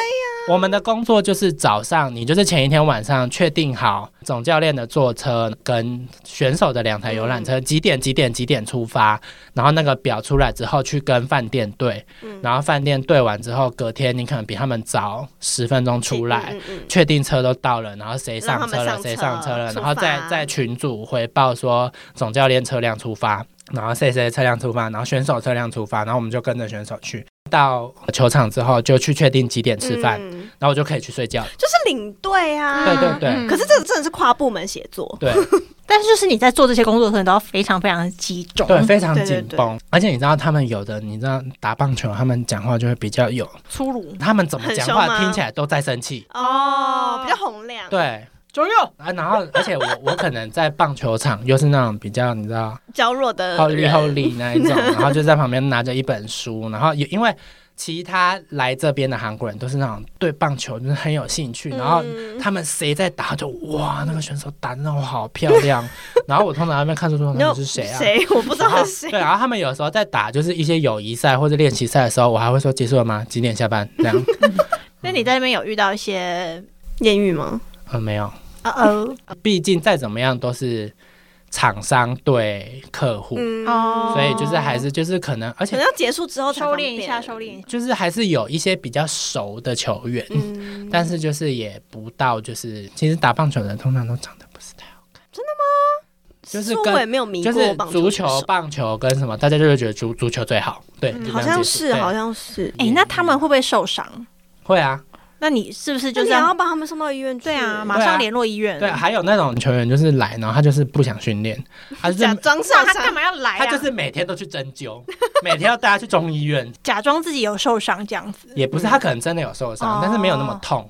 B: 我们的工作就是早上，你就是前一天晚上确定好总教练的坐车跟选手的两台游览车、几点几点几点出发，然后那个表出来之后去跟饭店对，
C: 嗯
B: 然后饭店对完之后，隔天你可能比他们早十分钟出来。
C: 嗯，嗯嗯
B: 确定车都到了，然后谁上车了，
C: 让他们上车
B: 谁上车了，
C: 出
B: 然
C: 发
B: 后再在群组回报说总教练车辆出发，然后谁谁车辆出发，然后选手车辆出发，然后我们就跟着选手去到球场之后就去确定几点吃饭，
C: 嗯
B: 然后我就可以去睡
C: *laughs*
B: 觉。
C: 就是领队啊，
B: 对对对
A: 嗯
C: 可是这个真的是跨部门协作， *laughs*
B: 对
A: 但是就是你在做这些工作的时候，你都要非常非常的集中。
B: 对，非常
C: 对对
B: 紧绷。而且你知道他们有的，你知道打棒球，他们讲话就会比较有，
A: 粗鲁。
B: 他们怎么
C: 很
B: 讲
C: 凶吗
B: 话听起来都在生
C: *laughs*
B: 气。
C: 哦，比较洪亮。
B: 对，左右啊，然后而且我我可能在棒球场又是那种比较你知道
C: 娇弱的
B: 后里
C: 人
B: 后里那一
C: *laughs*
B: 种，然后就在旁边拿着一本书，然后也因为其他来这边的韩国人都是那种对棒球就是很有兴趣，然后
C: 嗯
B: 他们谁在打就哇，那个选手打的那种好漂亮，然后我通常在那边看出说那
C: *laughs* 那
B: 个是谁啊？
C: 谁我不知
B: 然
C: 道
B: 后
C: 是谁。
B: 对，然后他们有时候在打就是一些友谊赛或者练习赛的时候，我还会说结束了吗？几点下班？这
C: *laughs*
B: 样，
A: 那你在那边有遇到一些
C: 艳遇吗？
B: 嗯，没有，
A: 呃呃，
B: 毕竟再怎么样都是厂商对客户，
C: 嗯
A: 哦
B: 所以就是还是就是可能，而
C: 可
B: 且
C: 能要结束之后才
A: 收
C: 方
A: 敛
C: 便
A: 一下，收敛一下。
B: 就是还是有一些比较熟的球员，
C: 嗯，
B: 但是就是也不到就是，其实打棒球的人通常都长得不是太好看，真的吗？就是
C: 是我也
B: 跟
C: 没有迷
B: 就
C: 过
B: 是
C: 棒
B: 足
C: 球选
B: 球、
C: 手，
B: 棒球跟什么，大家就会觉得足足球最好，对，
A: 嗯
B: 就这样
C: 好像
B: 解释
C: 是
B: 对
C: 好像是。
B: 嗯
A: 哎、那他们会不会受伤？
B: 会啊，
A: 那你是不是
C: 那
A: 就
C: 你
A: 是
C: 要
A: 要
C: 帮他们送到医院去？
A: 对啊，马
B: 对啊
A: 上联络医院？
B: 对，还有那种球员就是来，然后他就是不想训练，他就
C: 假
B: 是
C: 装受
A: 那他
C: 伤
A: 干嘛要来、啊？
B: 他就是每天都去针灸， *laughs* 每天要带他去中医院，
A: 假装自己有受伤这样子，
B: 也
C: 嗯
B: 不是他可能真的有受伤，
A: 哦
B: 但是没有那么痛，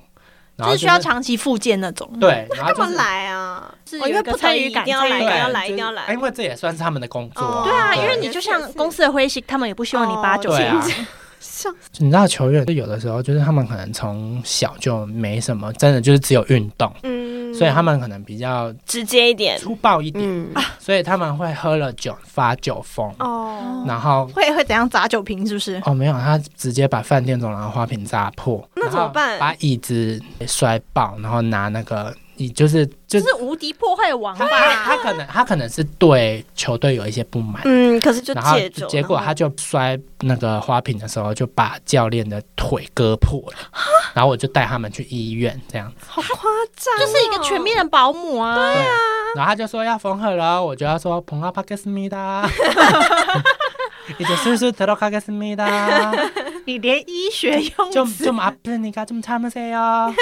A: 就
B: 然后
A: 是需要长期复健那种。
B: 对，然后
C: 干
B: 就
C: 嘛
B: 是
C: 来啊？
A: 是有
C: 哦因为
A: 一个
C: 不得
A: 参
C: 已
A: 与
C: 一
A: 感
C: 定要
A: 参与
C: 来，一
A: 感
C: 定要
B: 对
C: 来，一定要
B: 啊因
C: 来。
B: 为这也算是他们的工作
C: 哦
B: 啊，
C: 对
A: 啊，因为
B: 对
A: 你就
C: 也
A: 像
C: 是
A: 公司的灰系，他们也不希望你八九
B: 对啊
A: 不。
C: 笑死
B: 你知道球员有的时候就是他们可能从小就没什么，真的就是只有运动，
C: 嗯
B: 所以他们可能比较
C: 直接一点
B: 粗暴一点，
D: 嗯，。
B: 所以他们会喝了酒发酒疯，
C: 哦。
B: 然后
A: 会会怎样砸酒瓶？是不是？
B: 哦没有，他直接把饭店走廊的花瓶砸破，
C: 那怎么
B: 然后
C: 办
B: 把椅子摔爆，然后拿那个椅就是
A: 就
B: 就
A: 是是无敌破坏王啊
B: 他他
A: 吧？
B: 他可能他可能是对球队有一些不满。
C: 嗯，可是就
B: 然后
C: 借酒，
B: 结果他就摔那个花瓶的时候，就把教练的腿割破了。然后我就带他们去医院，这样子。
C: 好夸张，哦
A: 就是一个全面的保姆啊！
B: 对啊。然后他就说要缝合了，我就要说蓬阿帕克斯密 *laughs* 达，你就是是特洛卡克斯密 *laughs* 达，
A: 你连医学用
B: 就就马不是你看这么他们谁哦？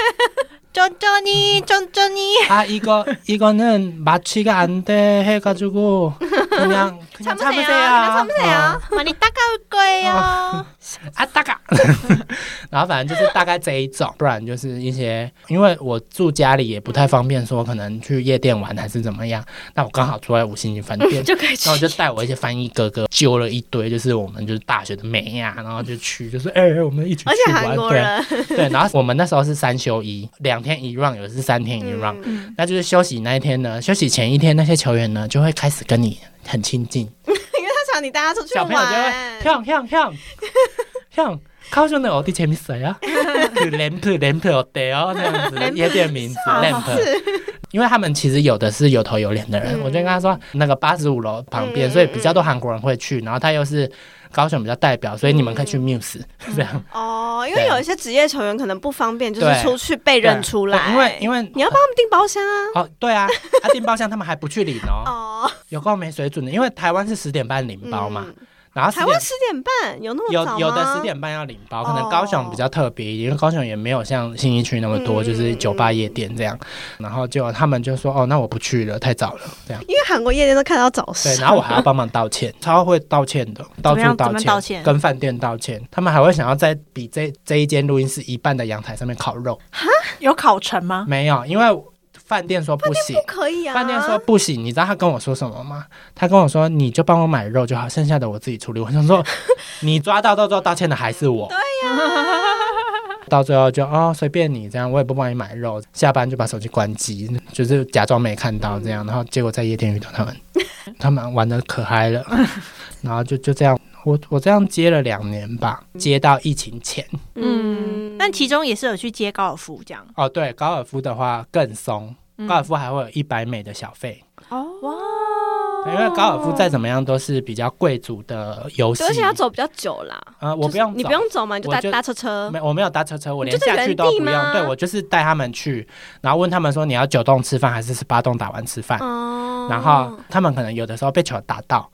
A: 救救你，救救你！
B: 아 이거 이거는 마취가 안 돼 *laughs* 해가지고 그냥 그
A: 참
B: 냥
A: 으세요.
B: 참으세
A: *laughs*
B: 요.어.
A: 妈，你大概贵啊哦。
B: 啊，大概，然后反正就是大概这一种，不然就是一些，因为我住家里也不太方便，说可能去夜店玩还是怎么样，那我刚好住在五星级饭店
D: 就可以去
B: 然后我就带我一些翻译哥哥揪了一堆，就是我们就是大学的妹呀、然后就去，就是哎、我们一起
C: 而
B: 去
C: 且
B: 玩，
C: 韩国人，
B: 对对。然后我们那时候是三休一，两天一 round，有的是三天一 round，、
A: 嗯，
B: 那就是休息那一天呢，休息前一天那些球员呢就会开始跟你很亲近，
C: 他想你带他出去
B: 小朋友就
C: 玩
B: 会，跳跳跳
C: *laughs*
B: 跳，靠近的我的前面谁啊？그 램프 램프 어때요？那哦样子的夜店名字
C: 哦
B: 램프。因为他们其实有的是有头有脸的人，
C: 嗯
B: 我就跟他说那个八十五楼旁边，
C: 嗯
B: 所以比较多韩国人会去，然后他又是高雄比较代表，所以你们可以
C: 嗯
B: 去 Muse、这样。
C: 哦，因为
B: 对
C: 有一些职业球员可能不方便，就是
B: 对
C: 出去 *laughs* 被认出来，
B: 对因为因为
C: 你要帮他们订包厢啊。
B: 哦对
C: *laughs*
B: 啊，啊订包厢他们还不去领哦，
C: 哦，
B: 有够没水准的，因为台湾是十点半领包嘛，
C: 嗯，
B: 然后10
C: 台
B: 点
C: 湾十点半有那么早吗
B: 有有的十点半要领包，可能高雄比较特别一点，因为高雄也没有像信义区那么多，
C: 嗯
B: 就是酒吧夜店这样。然后就他们就说：“哦，那我不去了，太早了。”这样
C: 因为韩国夜店都看到早上。
B: 对，然后我还要帮忙道歉， *laughs* 超会道歉的，到
A: 么
B: 处
A: 样
B: 道
A: 怎么
B: 歉，
A: 道歉
B: 跟饭店道歉。他们还会想要在比这这一间录音室一半的阳台上面烤肉，
A: 有烤成吗？
B: 没有，因为饭店说不行
C: 不。可以啊！
B: 饭店说不行，你知道他跟我说什么吗？他跟我说你就帮我买肉就好，剩下的我自己处理。我想 *laughs* 说，你抓到到最后道歉的还是我。对呀、到最后就哦随便你这样，我也不帮你买肉。下班就把手机关机，就是假装没看到这样。然后结果在夜店遇到他们， *laughs* 他们玩的可嗨 *laughs* 了，然后就就这样。我我这样接了两年吧，接到疫情前
A: 嗯，但其中也是有去接高尔夫这样。
B: 哦，对高尔夫的话更松，
A: 嗯
B: 高尔夫还会有一百美的小费，
C: 哦，
A: 哇，
B: 对因为高尔夫再怎么样都是比较贵族的游戏
C: 对，而且要走比较久啦。
B: 呃，我
C: 就
B: 不
C: 是
B: 用走，
C: 你不用走嘛，你就
B: 我
C: 搭
B: 就
C: 搭车车。
B: 没，我没有搭车车，我
C: 你
B: 连
C: 就在
B: 下去
C: 原
B: 都
C: 地
B: 不用。
C: 吗
B: 对我就是带他们去，然后问他们说你要九栋吃饭还是十八栋打完吃饭，
C: 哦
B: 然后他们可能有的时候被球打到。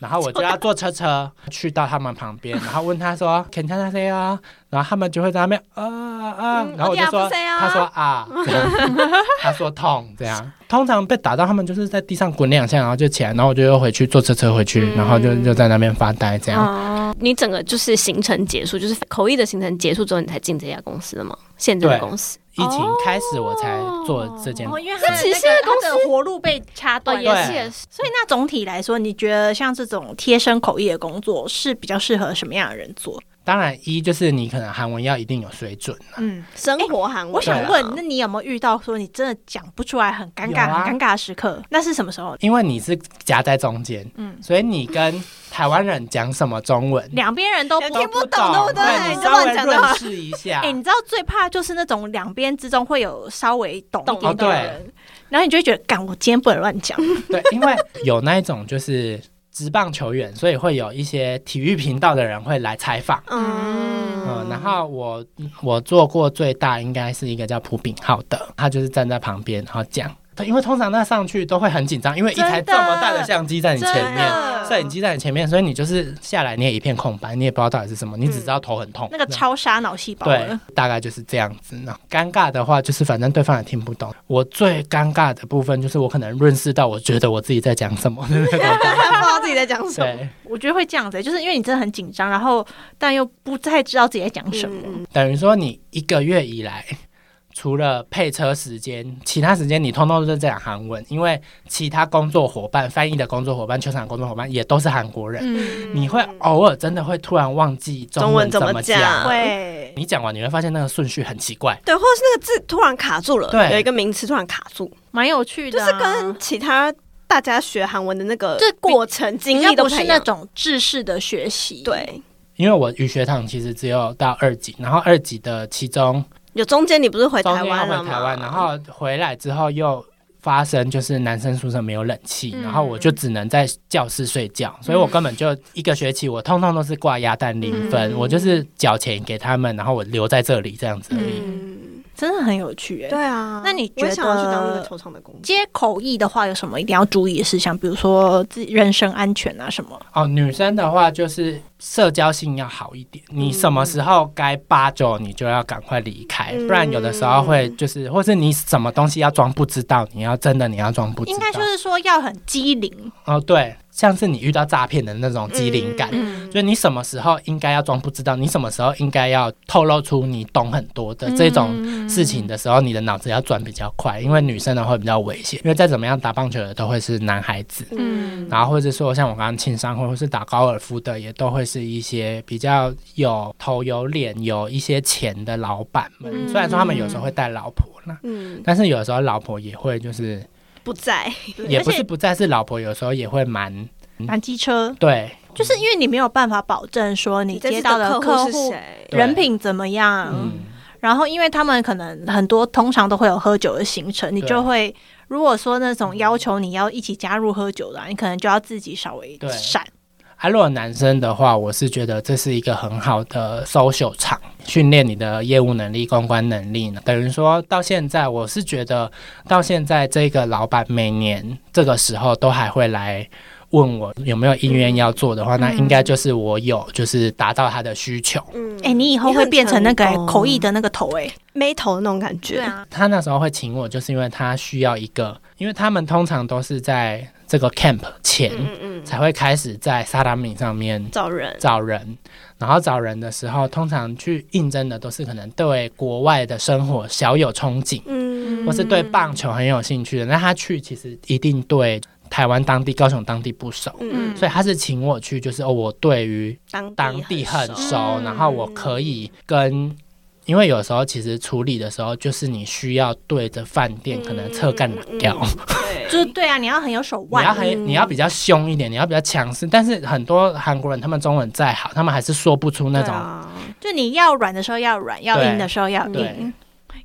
B: 然后我就要坐车车去到他们旁边，然后问他说 “Can you say 啊？”然后他们就会在那边啊啊，
C: 嗯
B: 然后我就说
C: 我听不见啊
B: 他说啊， *laughs* 这样他说痛这样。通常被打到他们就是在地上滚两下，然后就起来，然后我就又回去坐车车回去，然后就就在那边发呆这样。
D: 你整个就是行程结束，就是口译的行程结束之后，你才进这家公司的吗？现在的
B: 对
D: 公司
B: 疫情开始我才做这件，
A: 哦，因为
D: 那其实现在公司
A: 他的活路被掐
C: 哦
A: 断
B: 也
A: 了，
B: 是也
D: 是，
A: 所以那总体来说，你觉得像这种贴身口译的工作是比较适合什么样的人做？
B: 当然，一就是你可能韩文要一定有水准啊。
A: 嗯，
C: 生活韩文、
A: 我想问，那
C: 对啊，
A: 你有没有遇到说你真的讲不出来，很尴尬、
B: 有啊
A: 很尴尬的时刻？那是什么时候？
B: 因为你是夹在中间，
A: 嗯
B: 所以你跟台湾人讲什么中文
A: 两边人都不
C: 两
B: 都
C: 听不懂对不对
B: 对你
C: 你就
B: 稍
C: 乱
B: 微
C: 讲就好
B: 认识一下
A: 哎、。你知道最怕就是那种两边之中会有稍微懂一点点
B: 懂
A: 的
B: 哦对
A: 人，然后你就会觉得，干，我今天不能乱
B: *laughs*
A: 讲。
C: *laughs*
B: 对，因为有那一种就是职棒球员，所以会有一些体育频道的人会来采访。嗯，然后我我做过最大应该是一个叫朴炳浩的，他就是站在旁边然后讲，对因为通常那上去都会很紧张，因为一台
A: 真
B: 这
A: 的
B: 么大的相机在你前
A: 真
C: 啊
B: 面，
A: 的
B: 摄影机在你前面，所以你就是下来你也一片空白，你也不知道到底是什么，你只知道头很痛。
A: 那个超杀脑细胞
B: 对
A: 了。，
B: 大概就是这样子。那尴尬的话，就是反正对方也听不懂。我最尴尬的部分就是我可能认识到，我觉得我自己在讲什么的那种
A: *laughs*
B: 感觉。
C: *laughs* 不知道自己在讲什么。
B: 对，
A: *laughs* 我觉得会这样子、欸就是因为你真的很紧张，然后但又不太知道自己在讲什么。
C: 嗯
B: 等于说你一个月以来，除了配车时间，其他时间你通通都是在讲韩文，因为其他工作伙伴、翻译的工作伙伴、球场工作伙伴也都是韩国人，
A: 嗯，
B: 你会偶尔真的会突然忘记中文怎
C: 中文怎么
B: 么
A: 嗯
C: 讲
B: 讲。
A: 会。
B: 你讲完你会发现那个顺序很奇怪，
C: 对，或者是那个字突然卡住了，
B: 对
C: 有一个名词突然卡住，
A: *laughs* 蛮有趣
C: 就
A: 的啊、
C: 是跟其他大家学韩文的那个
A: 这比
C: 过程经
A: 比
C: 历
A: 较
C: 都
A: 不
C: 不太
A: 是
C: 一
A: 那
C: 样。
A: 种制式的学习，，
C: 对，
B: 因为我语学堂其实只有到二级，然后二级的其中
C: 有中间你不是回
B: 中
C: 台
B: 间要
C: 湾了
B: 回
C: 吗？
B: 台湾，然后回来之后又发生就是男生宿舍没有冷气，
A: 嗯
B: 然后我就只能在教室睡觉，所以我根本就一个学期我通通都是挂鸭蛋零分，
C: 嗯
B: 我就是缴钱给他们，然后我留在这里这样子而已。
C: 嗯，
A: 真的很有趣哎、
C: 对啊。
A: 那你
C: 我也
A: 觉
C: 想要去当那
A: 得
C: 个球场的工作？
A: 接口译的话，有什么一定要注意的事项？比如说自己人身安全啊什么？
B: 哦，女生的话就是社交性要好一点，你什么时候该八九你就要赶快离开，
C: 嗯
B: 不然有的时候会就是，或是你什么东西要装不知道，你要真的你要装不知道。
A: 应该就是说要很机灵，
B: 哦，对，像是你遇到诈骗的那种机灵感，
A: 嗯，
B: 就你什么时候应该要装不知道，你什么时候应该要透露出你懂很多的这种
A: 嗯
B: 事情的时候，你的脑子要转比较快，因为女生呢会比较危险，因为再怎么样打棒球的都会是男孩子，
A: 嗯
B: 然后或者说像我刚刚庆商会或是打高尔夫的，也都会是一些比较有头有脸、有一些钱的老板们。
C: 嗯
B: 虽然说他们有时候会带老婆啦，
C: 嗯，
B: 但是有时候老婆也会就是
C: 不在，
B: 也不
A: 而
B: 是
A: 且
B: 不再是老婆，有时候也会蛮
A: 蛮机车，
B: 对。
A: 就是因为你没有办法保证说你
C: 这次
A: 接到
C: 的
A: 客
C: 户是
A: 户
C: 谁？
B: 对
A: 人品怎么样，
B: 嗯
A: 然后因为他们可能很多通常都会有喝酒的行程，你
B: 对
A: 就会如果说那种要求你要一起加入喝酒的啊、你可能就要自己稍微
B: 对
A: 闪。
B: 啊，如果男生的话，我是觉得这是一个很好的 social 场，训练你的业务能力、公关能力呢。等于说到现在，我是觉得到现在这个老板每年这个时候都还会来问我有没有意愿要做的话，那应该就是我有，就是达到他的需求。
C: 嗯，
A: 哎、你以后会变成那个、
C: 你很成功
A: 口译的那个头哎、
C: 眉头的那种感觉。，
A: 啊，
B: 他那时候会请我，就是因为他需要一个，因为他们通常都是在这个 camp 前
C: 嗯嗯嗯，
B: 才会开始在萨拉米上面
C: 找人，
B: 找人，然后找人的时候，通常去应征的都是可能对国外的生活小有憧憬，
C: 嗯
B: 或是对棒球很有兴趣的。那他去其实一定对台湾当地、高雄当地不熟，
C: 嗯
B: 所以他是请我去，就是哦，我对于
C: 当
B: 嗯当地很熟，
A: 熟
B: 然后我可以跟。因为有时候其实处理的时候，就是你需要对着饭店可能侧干
C: 嗯嗯嗯
B: 掉，
C: 对
A: 就是对啊，你要很有手
B: *laughs* 你要
A: 腕，
B: 很你要比较凶一点，你要比较强势。但是很多韩国人他们中文再好，他们还是说不出那
C: 啊
B: 种
A: 就你要软的时候要软，要
B: 对
A: 硬的时候要
B: 对
A: 硬，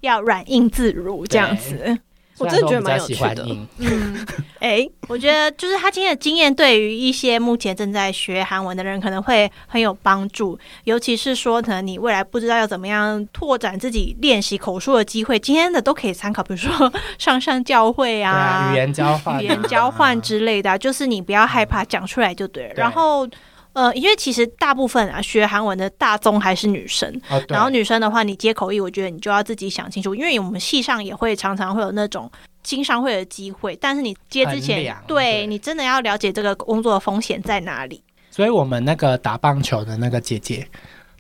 A: 要软硬自如这样子。
C: 我真的觉得蛮有趣的
B: 虽然说我比较喜欢硬
A: 嗯，
C: 哎，
A: 我觉得就是他今天的经验，对于一些目前正在学韩文的人可能会很有帮助，尤其是说可能你未来不知道要怎么样拓展自己练习口述的机会，今天的都可以参考，比如说上上教会
B: 对
A: *laughs*
B: 啊，语言交换啊、
A: 语言交换之类的啊、就是你不要害怕讲出来就对了。
B: 对
A: 然后，呃，因为其实大部分啊学韩文的大宗还是女生，
B: 哦，对
A: 然后女生的话，你接口译，我觉得你就要自己想清楚，因为我们系上也会常常会有那种经商会的机会，但是你接之
B: 衡
A: 前
B: 量，
A: 对
B: 对
A: 你真的要了解这个工作的风险在哪里。
B: 所以我们那个打棒球的那个姐姐，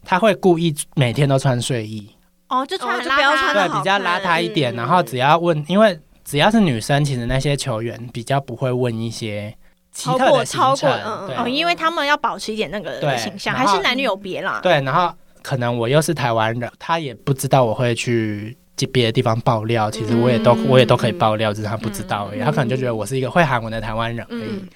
B: 她会故意每天都穿睡衣，
A: 哦，就
C: 穿
A: 穿很
C: 很邋遢穿得
B: 对，
C: 啊好
B: 比较邋遢一点。
C: 看嗯
B: 然后只要问，因为只要是女生，其实那些球员比较不会问一些奇
C: 超
B: 特
C: 过
B: 的行
C: 超过
B: 程，
C: 嗯嗯
B: 对
A: 哦，因为他们要保持一点那个
B: 对
A: 形象，还
B: 然后
A: 是男女有别啦。
B: 对，然后可能我又是台湾人，他也不知道我会去别的地方爆料，其实我也都、
D: 嗯
B: 我也都可以爆料，只是他不知道而已，
D: 嗯
B: 他可能就觉得我是一个会韩文的台湾人而已。
D: 嗯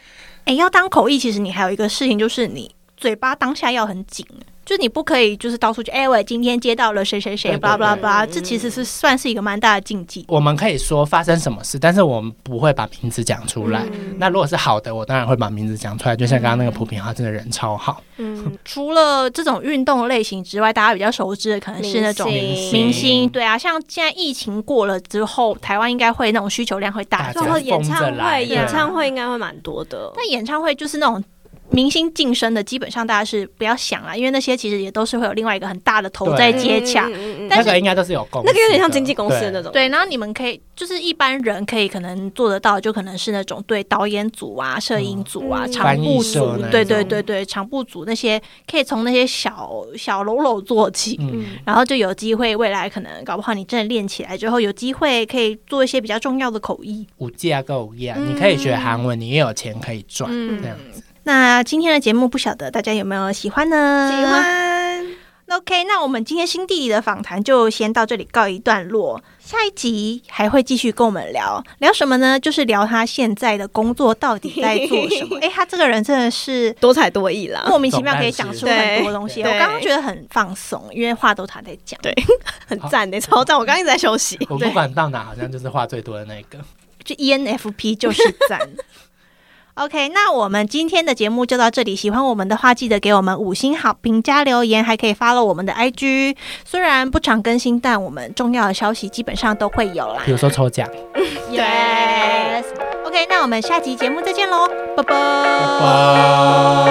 A: 哎、要当口译，其实你还有一个事情，就是你嘴巴当下要很紧，就是你不可以就是到处去，哎、我今天接到了谁谁谁
B: 对对
A: ，blah blah
B: 对
A: blah，这其实是算是一个蛮大的禁忌。
B: 我们可以说发生什么事，但是我们不会把名字讲出来。
C: 嗯
B: 那如果是好的，我当然会把名字讲出来。就像刚刚那个朴平啊浩，真的人超好，
C: 嗯，
A: 除了这种运动类型之外，大家比较熟知的可能是那种
C: 明
B: 星
A: 明星，对啊，像现在疫情过了之后，台湾应该会那种需求量会大
B: 大
A: 增
B: 家。
C: 后演唱
B: 疯着来
C: 会，
B: 对
C: 演唱会应该会蛮多的。
A: 那演唱会就是那种明星晋升的，基本上大家是不要想啦，因为那些其实也都是会有另外一个很大的头
B: 对
A: 在
B: 那
A: 接洽
C: 嗯。嗯嗯嗯
A: 但
B: 那
A: 是
B: 个应该都是有共识的，
C: 那个有点像经纪公司的那
B: 对。
C: 种，
A: 对，然后你们可以就是一般人可以可能做得到，就可能是那种对导演组啊、摄影组啊、
C: 嗯
A: 场部
B: 翻译社
A: 组
B: 那，一
A: 对对
C: 种
A: 对对，场部组那些可以从那些小小喽啰做起，
B: 嗯，
A: 然后就有机会未来可能搞不好你真的练起来之后，有机会可以做一些比较重要的口译。
B: 五 G 啊，跟五 G 啊，你可以学韩文，你也有钱可以赚，
D: 嗯
B: 这样子。
A: 那今天的节目不晓得大家有没有喜欢呢？
C: 喜
A: 嗯
C: 欢。
B: 嗯
A: OK，那我们今天新地理的访谈就先到这里告一段落。下一集还会继续跟我们聊聊什么呢？就是聊他现在的工作到底在做什
C: *laughs*
A: 么。哎、他这个人真的是
C: 多才多艺啦，
A: 莫名其妙可以讲出很多东西。
B: 总
A: 我
C: 干事
A: 刚刚觉得很放松，因为话都他在讲，
C: 对很赞的，超赞！我刚刚一直在休息，
B: 我不管到哪，好像就是话最多的那
C: *laughs*
B: 个。
A: 就 E ENFP 就是赞。OK，那我们今天的节目就到这里。喜欢我们的话，记得给我们五星好评加留言，还可以 follow 我们的 IG。虽然不常更新，但我们重要的消息基本上都会有啦
B: 比。如说抽奖，
A: Yes。OK，那我们下集节目再见喽，拜拜。
B: 拜。